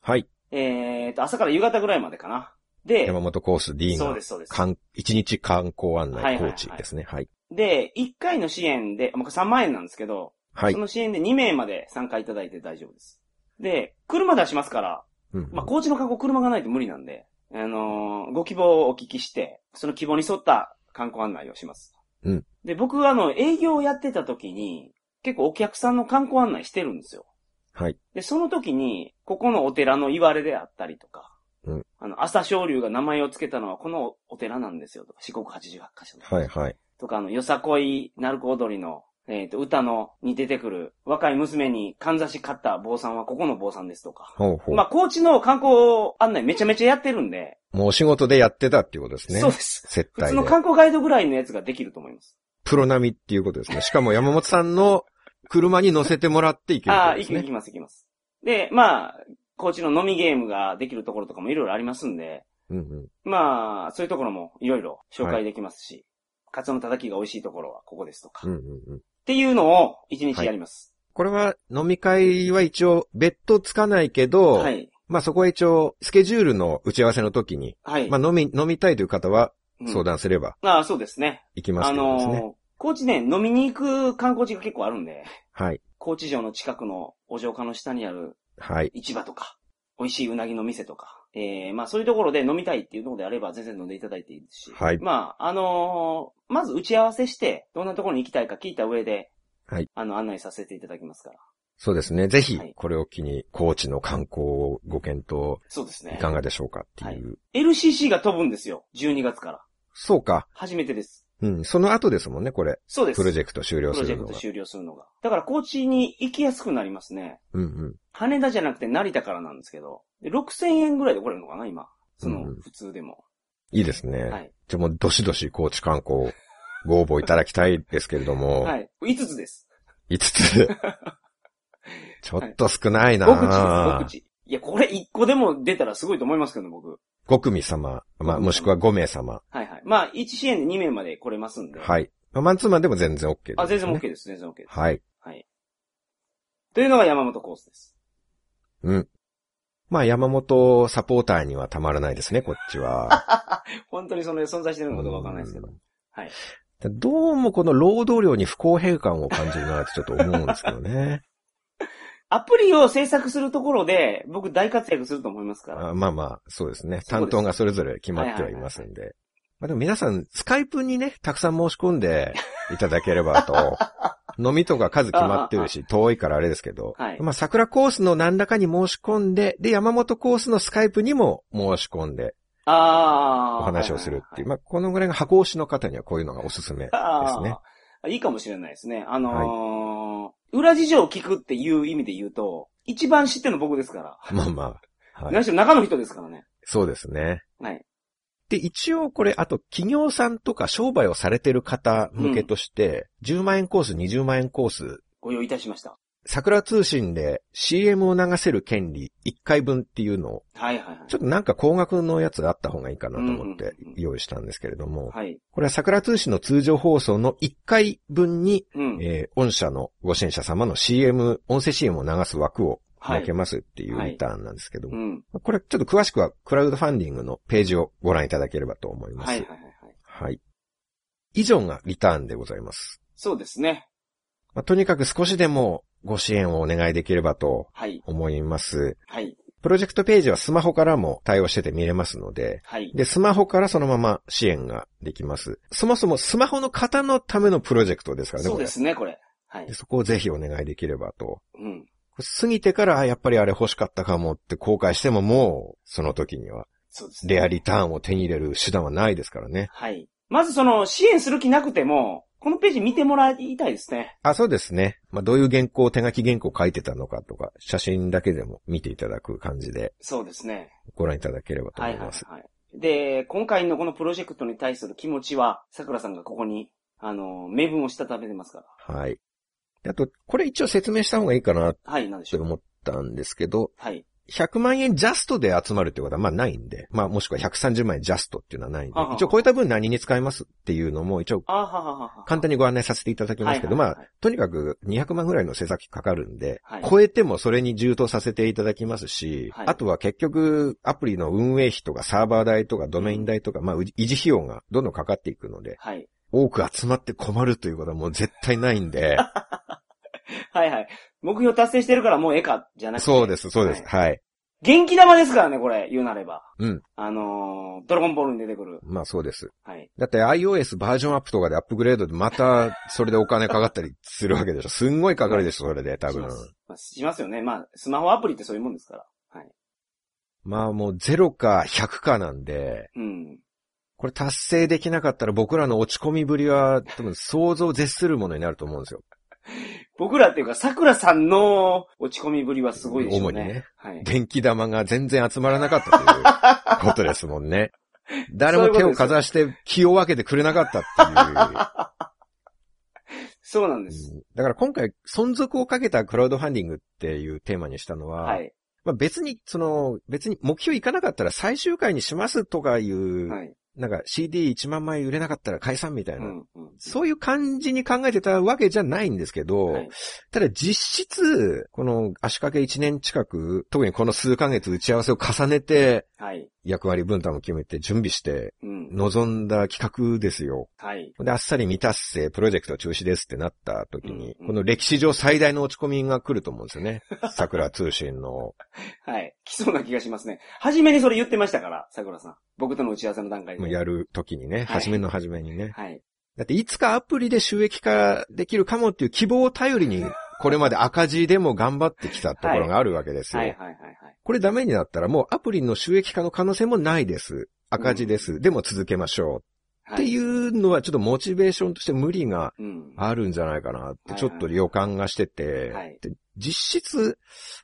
[SPEAKER 2] はい。
[SPEAKER 3] えーと、朝から夕方ぐらいまでかな。で、
[SPEAKER 2] 山本コース D
[SPEAKER 3] そう
[SPEAKER 2] が
[SPEAKER 3] です、そうです。
[SPEAKER 2] 観、1日観光案
[SPEAKER 3] はい
[SPEAKER 2] 内
[SPEAKER 3] はいは
[SPEAKER 2] 高
[SPEAKER 3] い
[SPEAKER 2] 知ですね。はい。
[SPEAKER 3] で、1回の支援で、まあ、これ3万円なんですけど、
[SPEAKER 2] はい
[SPEAKER 3] そ。の支援で2名まで参加いただいて大丈夫です。で、車出しますから、
[SPEAKER 2] うん
[SPEAKER 3] まあ、高知の観光車がないと無理なんで、あのーご希望をお聞きして、その希望に沿った観光案内をします。
[SPEAKER 2] うん
[SPEAKER 3] で、僕はあの、営業をやってた時に、結構お客さんの観光案内してるんですよ。
[SPEAKER 2] はい。
[SPEAKER 3] で、その時に、ここのお寺の言われであったりとか、
[SPEAKER 2] うん
[SPEAKER 3] あの、朝青龍が名前を付けたのはこのお寺なんですよとか、四国八十八箇所とか、
[SPEAKER 2] はい、はい。
[SPEAKER 3] とか、あの、よさこい、鳴子踊りの、えっ、と、歌の、に出てくる、若い娘に、かんざし買った坊さんはここの坊さんですとか。
[SPEAKER 2] ほうほう。
[SPEAKER 3] まあ、高知の観光案内めちゃめちゃやってるんで、
[SPEAKER 2] もうお仕事でやってたっていうことですね。
[SPEAKER 3] そうです。
[SPEAKER 2] 接
[SPEAKER 3] 普通
[SPEAKER 2] 待
[SPEAKER 3] の
[SPEAKER 2] で。
[SPEAKER 3] 観光ガイドぐらいのやつができると思います。
[SPEAKER 2] プロ並みっていうことですね。しかも山本さんの車に乗せてもらって行ける
[SPEAKER 3] あ
[SPEAKER 2] っ
[SPEAKER 3] あ、
[SPEAKER 2] て
[SPEAKER 3] い
[SPEAKER 2] こと
[SPEAKER 3] き
[SPEAKER 2] で
[SPEAKER 3] ますす、
[SPEAKER 2] ね。
[SPEAKER 3] いきます、いきます。で、まあ、高知の飲みゲームができるところとかもいろいろありますんで、
[SPEAKER 2] うんうん。
[SPEAKER 3] まあ、そういうところもいろいろ紹介できますし、カツオのたたきが美味しいところはここですとか、
[SPEAKER 2] うん
[SPEAKER 3] っ
[SPEAKER 2] うんうん。
[SPEAKER 3] ていうのを一日やります。
[SPEAKER 2] これは飲み会は一応別途つかないけど、
[SPEAKER 3] はい。
[SPEAKER 2] まあそこは一応スケジュールの打ち合わせの時に、
[SPEAKER 3] はい。
[SPEAKER 2] まあ飲み、飲みたいという方は
[SPEAKER 3] うん
[SPEAKER 2] 相談すれば
[SPEAKER 3] ああ、そうですね。
[SPEAKER 2] 行きます
[SPEAKER 3] あ
[SPEAKER 2] けどですね。
[SPEAKER 3] のー、高知ね、飲みに行く観光地が結構あるんで、
[SPEAKER 2] はい。
[SPEAKER 3] 高知城の近くのお城下の下にある
[SPEAKER 2] はい。
[SPEAKER 3] 市場とか、美味しいうなぎの店とか、えー、まあそういうところで飲みたいっていうのであれば全然飲んでいただいていいですし。
[SPEAKER 2] はい
[SPEAKER 3] まあ、あのーまず打ち合わせして、どんなところに行きたいか聞いた上で、
[SPEAKER 2] はい。
[SPEAKER 3] あの、案内させていただきますから。
[SPEAKER 2] そうですね。ぜひ
[SPEAKER 3] はい、
[SPEAKER 2] これを機に、高知の観光をご検討
[SPEAKER 3] そうですね
[SPEAKER 2] い。かがでしょうかっていう。
[SPEAKER 3] LCC が飛ぶんですよ。12月から。
[SPEAKER 2] そうか。
[SPEAKER 3] 初めてです。
[SPEAKER 2] うん。その後ですもんね、これ。
[SPEAKER 3] そうです。
[SPEAKER 2] プロジェクト終了
[SPEAKER 3] プ
[SPEAKER 2] す
[SPEAKER 3] ロジ
[SPEAKER 2] る
[SPEAKER 3] ェク
[SPEAKER 2] の
[SPEAKER 3] ト
[SPEAKER 2] が。
[SPEAKER 3] 終了するのが。だから高知に行きやすくなりますね。
[SPEAKER 2] うんうん。
[SPEAKER 3] 羽田じゃなくて成田からなんですけど、で6000円ぐらいで来れるのかな、今。その
[SPEAKER 2] うん、
[SPEAKER 3] 普通でも。
[SPEAKER 2] いいですね。
[SPEAKER 3] はい。
[SPEAKER 2] じゃあもう、どしどし高知観光、ご応募いただきたいですけれども、
[SPEAKER 3] はい。5つです。
[SPEAKER 2] 5つ。
[SPEAKER 3] [LAUGHS]
[SPEAKER 2] ちょっと少ないな
[SPEAKER 3] 5口です、5
[SPEAKER 2] ぁ。
[SPEAKER 3] 口。いや、これ1個でも出たらすごいと思いますけどね、僕。
[SPEAKER 2] 5組様、まあ、もしくは5名様。
[SPEAKER 3] はいはい。まあ、1支援で2名まで来れますんで。い。
[SPEAKER 2] はい。まあ、マンツーマンでも全然 OK です、ね。
[SPEAKER 3] あ、全然 OK です。全然 OK です。
[SPEAKER 2] はい。
[SPEAKER 3] はい。というのが山本コースです。
[SPEAKER 2] うん。まあ、山本サポーターにはたまらないですね、こっちは。
[SPEAKER 3] 本当にその存在してるのかどうかわからないですけど
[SPEAKER 2] う。ん
[SPEAKER 3] はい。
[SPEAKER 2] どうもこの労働量に不公平感を感じるなってちょっと思うんですけどね。
[SPEAKER 3] アプリを制作するところで、僕大活躍すると思いますから。
[SPEAKER 2] あまあまあ、そうですね。
[SPEAKER 3] す
[SPEAKER 2] 担当がそれぞれ決まってはいますんで。まあでも皆さん、スカイプにね、たくさん申し込ん [LAUGHS] でいただければと。飲みとか数決まってるし、遠いからあれですけど。
[SPEAKER 3] はい
[SPEAKER 2] まあ、桜コースの何らかに申し込んで、で、山本コースのスカイプにも申し込んで、
[SPEAKER 3] ああ。
[SPEAKER 2] お話をするっていう。ま
[SPEAKER 3] は
[SPEAKER 2] あ、このぐらいが箱押しの方にはこういうのがおすすめで
[SPEAKER 3] いはいはい
[SPEAKER 2] すね。
[SPEAKER 3] あーいいかもしれないですね。あのー裏事情を聞くっていう意味で言うと、一番知ってるの僕ですから。
[SPEAKER 2] まあまあ。はい。
[SPEAKER 3] 何しろ中の人ですからね。
[SPEAKER 2] そうですね。
[SPEAKER 3] はい。
[SPEAKER 2] で、一応これ、あと企業さんとか商売をされてる方向けとして、10万円コース、20万円コース、
[SPEAKER 3] ご用意いたしました。
[SPEAKER 2] 桜通信で CM を流せる権利1回分っていうのを、
[SPEAKER 3] はいはいはい。
[SPEAKER 2] ちょっとなんか高額のやつあった方がいいかなと思っ
[SPEAKER 3] うん
[SPEAKER 2] て
[SPEAKER 3] うんうん
[SPEAKER 2] 用意したんですけれども、
[SPEAKER 3] はい。
[SPEAKER 2] これは桜通信の通常放送の1回分に、
[SPEAKER 3] うん。
[SPEAKER 2] えー御社のご支援者様の CM、音声 CM を流す枠を
[SPEAKER 3] は
[SPEAKER 2] 設
[SPEAKER 3] い
[SPEAKER 2] け。ますっていう
[SPEAKER 3] はい
[SPEAKER 2] リターンなんですけど
[SPEAKER 3] う
[SPEAKER 2] も、
[SPEAKER 3] ん。
[SPEAKER 2] これちょっと詳しくはクラウドファンディングのページをご覧いただければと思います。
[SPEAKER 3] はいはいはいはい。
[SPEAKER 2] はい。以上がリターンでございます。
[SPEAKER 3] そうですね。
[SPEAKER 2] まあ、とにかく少しでもご支援をお願いできればと
[SPEAKER 3] はい。
[SPEAKER 2] 思います。
[SPEAKER 3] はい。
[SPEAKER 2] プロジェクトページはスマホからも対応してて見れますので、
[SPEAKER 3] はい。
[SPEAKER 2] で、スマホからそのまま支援ができます。そもそもスマホの方のためのプロジェクトですからね、
[SPEAKER 3] そう
[SPEAKER 2] これ
[SPEAKER 3] ですね、これ。はい
[SPEAKER 2] で。そこをぜひお願いできればと。
[SPEAKER 3] うん。
[SPEAKER 2] 過ぎてから、あやっぱりあれ欲しかったかもって後悔してももう、その時には、
[SPEAKER 3] そうですね。
[SPEAKER 2] レアリターンを手に入れる手段はないですからね。
[SPEAKER 3] はい。まずその、支援する気なくても、このページ見てもらいたいですね。
[SPEAKER 2] あ、そうですね。まあ、どういう原稿、手書き原稿書いてたのかとか、写真だけでも見ていただく感じで
[SPEAKER 3] そうですね。
[SPEAKER 2] ご覧いただければと
[SPEAKER 3] は
[SPEAKER 2] 思
[SPEAKER 3] い
[SPEAKER 2] い
[SPEAKER 3] はい
[SPEAKER 2] ます。
[SPEAKER 3] はい。で、今回のこのプロジェクトに対する気持ちは、桜さんがここに、あの、名分をしたためてますから。
[SPEAKER 2] はい。であと、これ一応説明した方がいいかなっ
[SPEAKER 3] はい、なんでしてょう。
[SPEAKER 2] 思ったんですけど、
[SPEAKER 3] はい。
[SPEAKER 2] 100万円ジャストで集まるってことはまあないんで、まあもしくは130万円ジャストっていうのはないんで
[SPEAKER 3] はあは、あ
[SPEAKER 2] 一応超えた分何に使いますっていうのも一応
[SPEAKER 3] あはははは。
[SPEAKER 2] 簡単にご案内させていただきますけど、
[SPEAKER 3] はい
[SPEAKER 2] ま
[SPEAKER 3] は
[SPEAKER 2] あ、
[SPEAKER 3] い
[SPEAKER 2] とにかく200万ぐらいの制作費かかるんで、
[SPEAKER 3] はい
[SPEAKER 2] 超えてもそれに充当させていただきますし、
[SPEAKER 3] はい
[SPEAKER 2] あとは結局、アプリの運営費とかサーバー代とかドメイン代とか、まあ、維持費用がどんどんかかっていくので、
[SPEAKER 3] はい。
[SPEAKER 2] 多く集まって困るということはもう絶対ないん
[SPEAKER 3] [LAUGHS]
[SPEAKER 2] で、
[SPEAKER 3] はいはい。目標達成してるからもうええか、じゃなくて。
[SPEAKER 2] そうです、そうです、
[SPEAKER 3] はい
[SPEAKER 2] はい。
[SPEAKER 3] 元気玉ですからね、これ、言うなれば。
[SPEAKER 2] うん。
[SPEAKER 3] あのードラゴンボールに出てくる。
[SPEAKER 2] まあそうです。
[SPEAKER 3] はい。
[SPEAKER 2] だって iOS バージョンアップとかでアップグレードでまたそれでお金かかったりするわけ
[SPEAKER 3] [LAUGHS]
[SPEAKER 2] でしょ。すんごいかかるでしょ、それで多
[SPEAKER 3] し
[SPEAKER 2] 分
[SPEAKER 3] ま。す。まあしますよね。まあ、スマホアプリってそういうもんですから。はい。
[SPEAKER 2] まあもう0か100かなんで、
[SPEAKER 3] うん。
[SPEAKER 2] これ達成できなかったら僕らの落ち込みぶりは多分想像を絶するものになると思うんですよ。
[SPEAKER 3] 僕らっていうか、桜さんの落ち込みぶりはすごいでしょうね。
[SPEAKER 2] 主にね
[SPEAKER 3] はい。
[SPEAKER 2] 電気玉が全然集まらなかったということですもん
[SPEAKER 3] [LAUGHS]
[SPEAKER 2] ね。誰も手をかざして気を分けてくれなかったって
[SPEAKER 3] そうなんで
[SPEAKER 2] い
[SPEAKER 3] す。
[SPEAKER 2] う。うんだから今回、存続をかけたクラウドファンディングっていうテーマにしたのは、
[SPEAKER 3] はい。
[SPEAKER 2] まあ別に、その、別に目標いかなかったら最終回にしますとかいう、
[SPEAKER 3] はい。
[SPEAKER 2] なんか CD1 万枚売れなかったら解散みたいうな、
[SPEAKER 3] ん。うん
[SPEAKER 2] そういう感じに考えてたわけじゃないんですけど、
[SPEAKER 3] はい
[SPEAKER 2] ただ実質、この足掛け1年近く、特にこの数ヶ月打ち合わせを重ねて、
[SPEAKER 3] はい。
[SPEAKER 2] 役割分担を決めて準備して、
[SPEAKER 3] うん。
[SPEAKER 2] 臨んだ企画ですよ。
[SPEAKER 3] はい。
[SPEAKER 2] で、あっさり未達成、プロジェクト中止ですってなった時に、
[SPEAKER 3] うん
[SPEAKER 2] この歴史上最大の落ち込みが来ると思うんですよ
[SPEAKER 3] [LAUGHS]
[SPEAKER 2] ね。桜通信の。
[SPEAKER 3] はい。来そうな気がしますね。初めにそれ言ってましたから、桜さん。僕との打ち合わせの段階
[SPEAKER 2] もう
[SPEAKER 3] で。
[SPEAKER 2] やるときにね、
[SPEAKER 3] はい
[SPEAKER 2] 初めの初めにね。
[SPEAKER 3] はい。
[SPEAKER 2] だっていつかアプリで収益化できるかもっていう希望を頼りに、これまで赤字でも頑張ってきたところがあるわけですよ。
[SPEAKER 3] はいはいはいはい。
[SPEAKER 2] これダメになったらもうアプリの収益化の可能性もないです。赤字です。でも続けましょう。
[SPEAKER 3] は
[SPEAKER 2] って
[SPEAKER 3] う。
[SPEAKER 2] いうのはちょっとモチベーションとして無理が
[SPEAKER 3] うん。
[SPEAKER 2] あるんじゃないかなって
[SPEAKER 3] はい
[SPEAKER 2] ちょっと予感がしてて、
[SPEAKER 3] はい
[SPEAKER 2] で実質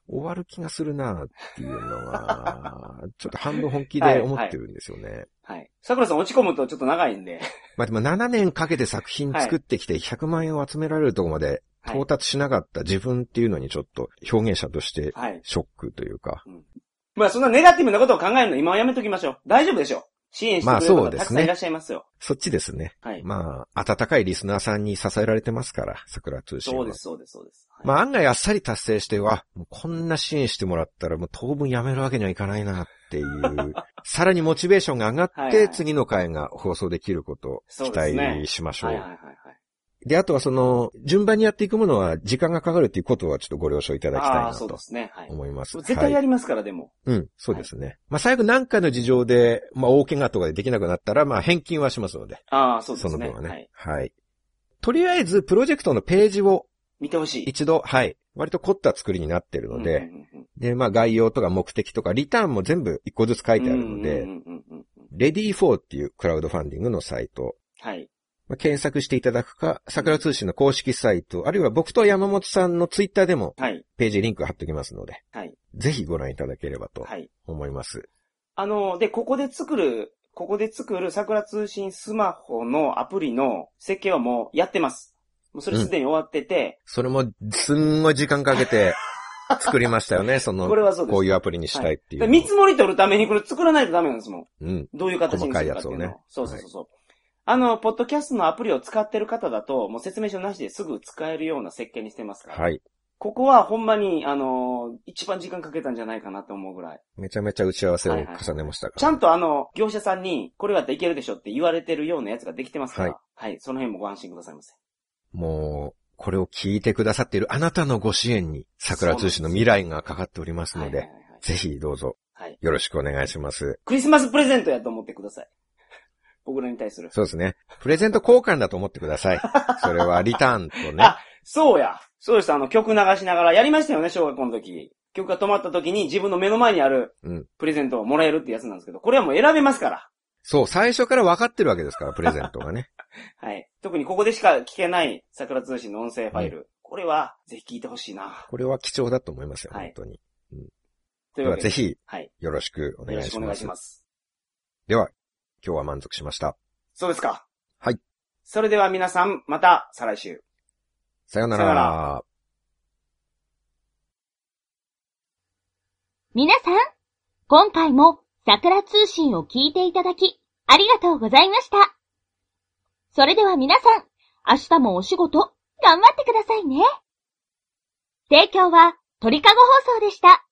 [SPEAKER 2] 終わる気がするなっていうの
[SPEAKER 3] [LAUGHS]
[SPEAKER 2] は、ちょっと半分本気で思ってるんですよね。
[SPEAKER 3] はい。桜さん落ち込むとちょっと長いんで。
[SPEAKER 2] まあでも7年かけて作品作ってきて100万円を集められるところまで
[SPEAKER 3] はい
[SPEAKER 2] 到達しなかった自分っていうのにちょっと表現者として
[SPEAKER 3] はい。
[SPEAKER 2] ショックというか、
[SPEAKER 3] まあそんなネガティブなことを考えるの今はやめときましょう。大丈夫でしょう。支援してくれる
[SPEAKER 2] まあそう
[SPEAKER 3] 方
[SPEAKER 2] ですね
[SPEAKER 3] たくさんいらっしゃいますよ。
[SPEAKER 2] そっちですね。
[SPEAKER 3] はい。
[SPEAKER 2] まあ、温かいリスナーさんに支えられてますから、桜通信は。
[SPEAKER 3] そうです、そうです、そうです。はい
[SPEAKER 2] まあ案外あっさり達成して、わ、もうこんな支援してもらったらもう当分やめるわけにはいかないなって
[SPEAKER 3] [LAUGHS]
[SPEAKER 2] いう、さらにモチベーションが上がって、
[SPEAKER 3] はいはい
[SPEAKER 2] 次の回が放送できることを
[SPEAKER 3] そ
[SPEAKER 2] 期
[SPEAKER 3] うですね
[SPEAKER 2] 待しましょう。
[SPEAKER 3] は
[SPEAKER 2] で
[SPEAKER 3] いはいはいはい。
[SPEAKER 2] あとはその、順番にやっていくものは時間がかかるっていうことはちょっとご了承いただきたい
[SPEAKER 3] ああ
[SPEAKER 2] な
[SPEAKER 3] ー、そうで
[SPEAKER 2] と
[SPEAKER 3] すね。はい。
[SPEAKER 2] 思います。
[SPEAKER 3] 絶対や
[SPEAKER 2] はい
[SPEAKER 3] りますから、でも。
[SPEAKER 2] うん、そうですね。まあ最後何かの事情で、まあ大怪我とかでできなくなったら、まあ返金はしますので、
[SPEAKER 3] ああ、そうで
[SPEAKER 2] その
[SPEAKER 3] すね。
[SPEAKER 2] 分はね。
[SPEAKER 3] はい。
[SPEAKER 2] はい。とりあえず、プロジェクトのページを
[SPEAKER 3] 見てほしい。
[SPEAKER 2] 一度、はい。割と凝った作りになってるので、
[SPEAKER 3] うんうんうん
[SPEAKER 2] で、まあ概要とか目的とかリターンも全部一個ずつ書いてあるの
[SPEAKER 3] うん
[SPEAKER 2] で、
[SPEAKER 3] うんうんうんうん
[SPEAKER 2] レディー4っていうクラウドファンディングのサイト、
[SPEAKER 3] はい。
[SPEAKER 2] まあ、検索していただくか、桜通信の公式サイト、あるいは僕と山本さんのツイッターでも
[SPEAKER 3] はい。
[SPEAKER 2] ページリンク貼っておきますので、
[SPEAKER 3] はい。
[SPEAKER 2] ぜひご覧いただければと
[SPEAKER 3] はい。
[SPEAKER 2] 思います。
[SPEAKER 3] あの、で、ここで作る、ここで作る桜通信スマホのアプリの設計はもうやってます。もうそれすでに終わってて、
[SPEAKER 2] それもすんごい時間かけて作りましたよね、
[SPEAKER 3] [LAUGHS]
[SPEAKER 2] その
[SPEAKER 3] こ、れはそうです。
[SPEAKER 2] こういうアプリにしたいっていうの
[SPEAKER 3] で
[SPEAKER 2] を。
[SPEAKER 3] 見積もり取るためにこれ作らないとダメなんですもん。
[SPEAKER 2] うん。
[SPEAKER 3] どういう形にするかってい
[SPEAKER 2] 細か
[SPEAKER 3] う
[SPEAKER 2] いやつを
[SPEAKER 3] のを。
[SPEAKER 2] ね
[SPEAKER 3] そうそうそうそう。あの、ポッドキャストのアプリを使ってる方だと、もう説明書なしですぐ使えるような設計にしてますから。
[SPEAKER 2] はい。
[SPEAKER 3] ここはほんまに、あの、一番時間かけたんじゃないかなと思うぐらい。
[SPEAKER 2] めちゃめちゃ打ち合わせを重ねました
[SPEAKER 3] ち
[SPEAKER 2] か
[SPEAKER 3] ゃ
[SPEAKER 2] ら。
[SPEAKER 3] んとあの、業者さんに、これだったらいけるでしょって言われてるようなやつができてますから。
[SPEAKER 2] は
[SPEAKER 3] はい。その辺もご安心くださいませ。
[SPEAKER 2] もう、これを聞いてくださっているあなたのご支援に桜通信の未来がかかっておりますの
[SPEAKER 3] はい
[SPEAKER 2] で
[SPEAKER 3] は、いはい
[SPEAKER 2] ぜひどうぞ
[SPEAKER 3] はい。
[SPEAKER 2] よろしくお願いします。
[SPEAKER 3] クリスマスプレゼントやと思ってください。 [LAUGHS] 僕らに対する。
[SPEAKER 2] そうですね。プレゼント交換だと思ってくだ
[SPEAKER 3] [LAUGHS]
[SPEAKER 2] さい。それはリターンとね。
[SPEAKER 3] あそうや。そうでした。あの、曲流しながら、やりましたよね、小学校の時。曲が止まった時に自分の目の前にある
[SPEAKER 2] うん、
[SPEAKER 3] プレゼントをもらえるってやつなんですけど、これはもう選べますから。
[SPEAKER 2] そう、最初から分かってるわけですから、プレゼントがね。
[SPEAKER 3] はい。特にここでしか聞けない桜通信の音声ファイル。これは、ぜひ聞いてほしいな。
[SPEAKER 2] これは貴重だと思いますよ、
[SPEAKER 3] はい
[SPEAKER 2] 本当に。
[SPEAKER 3] とい
[SPEAKER 2] で
[SPEAKER 3] うわ
[SPEAKER 2] は
[SPEAKER 3] け
[SPEAKER 2] ぜ
[SPEAKER 3] で。
[SPEAKER 2] ひ
[SPEAKER 3] はい。
[SPEAKER 2] よろしくお
[SPEAKER 3] よ
[SPEAKER 2] 願
[SPEAKER 3] ろ
[SPEAKER 2] い
[SPEAKER 3] しく
[SPEAKER 2] し
[SPEAKER 3] お願
[SPEAKER 2] ま
[SPEAKER 3] いし
[SPEAKER 2] す
[SPEAKER 3] ま。す。
[SPEAKER 2] では、今日は満足しました。
[SPEAKER 3] そうですか。
[SPEAKER 2] はい。
[SPEAKER 3] それでは皆さん、また、再来週。
[SPEAKER 2] さような
[SPEAKER 3] さような
[SPEAKER 2] ら。
[SPEAKER 1] 皆さん、今回も桜通信を聞いていただき、ありがとうございました。それでは皆さん、明日もお仕事、頑張ってくださいね。提供は鳥かご放送でした。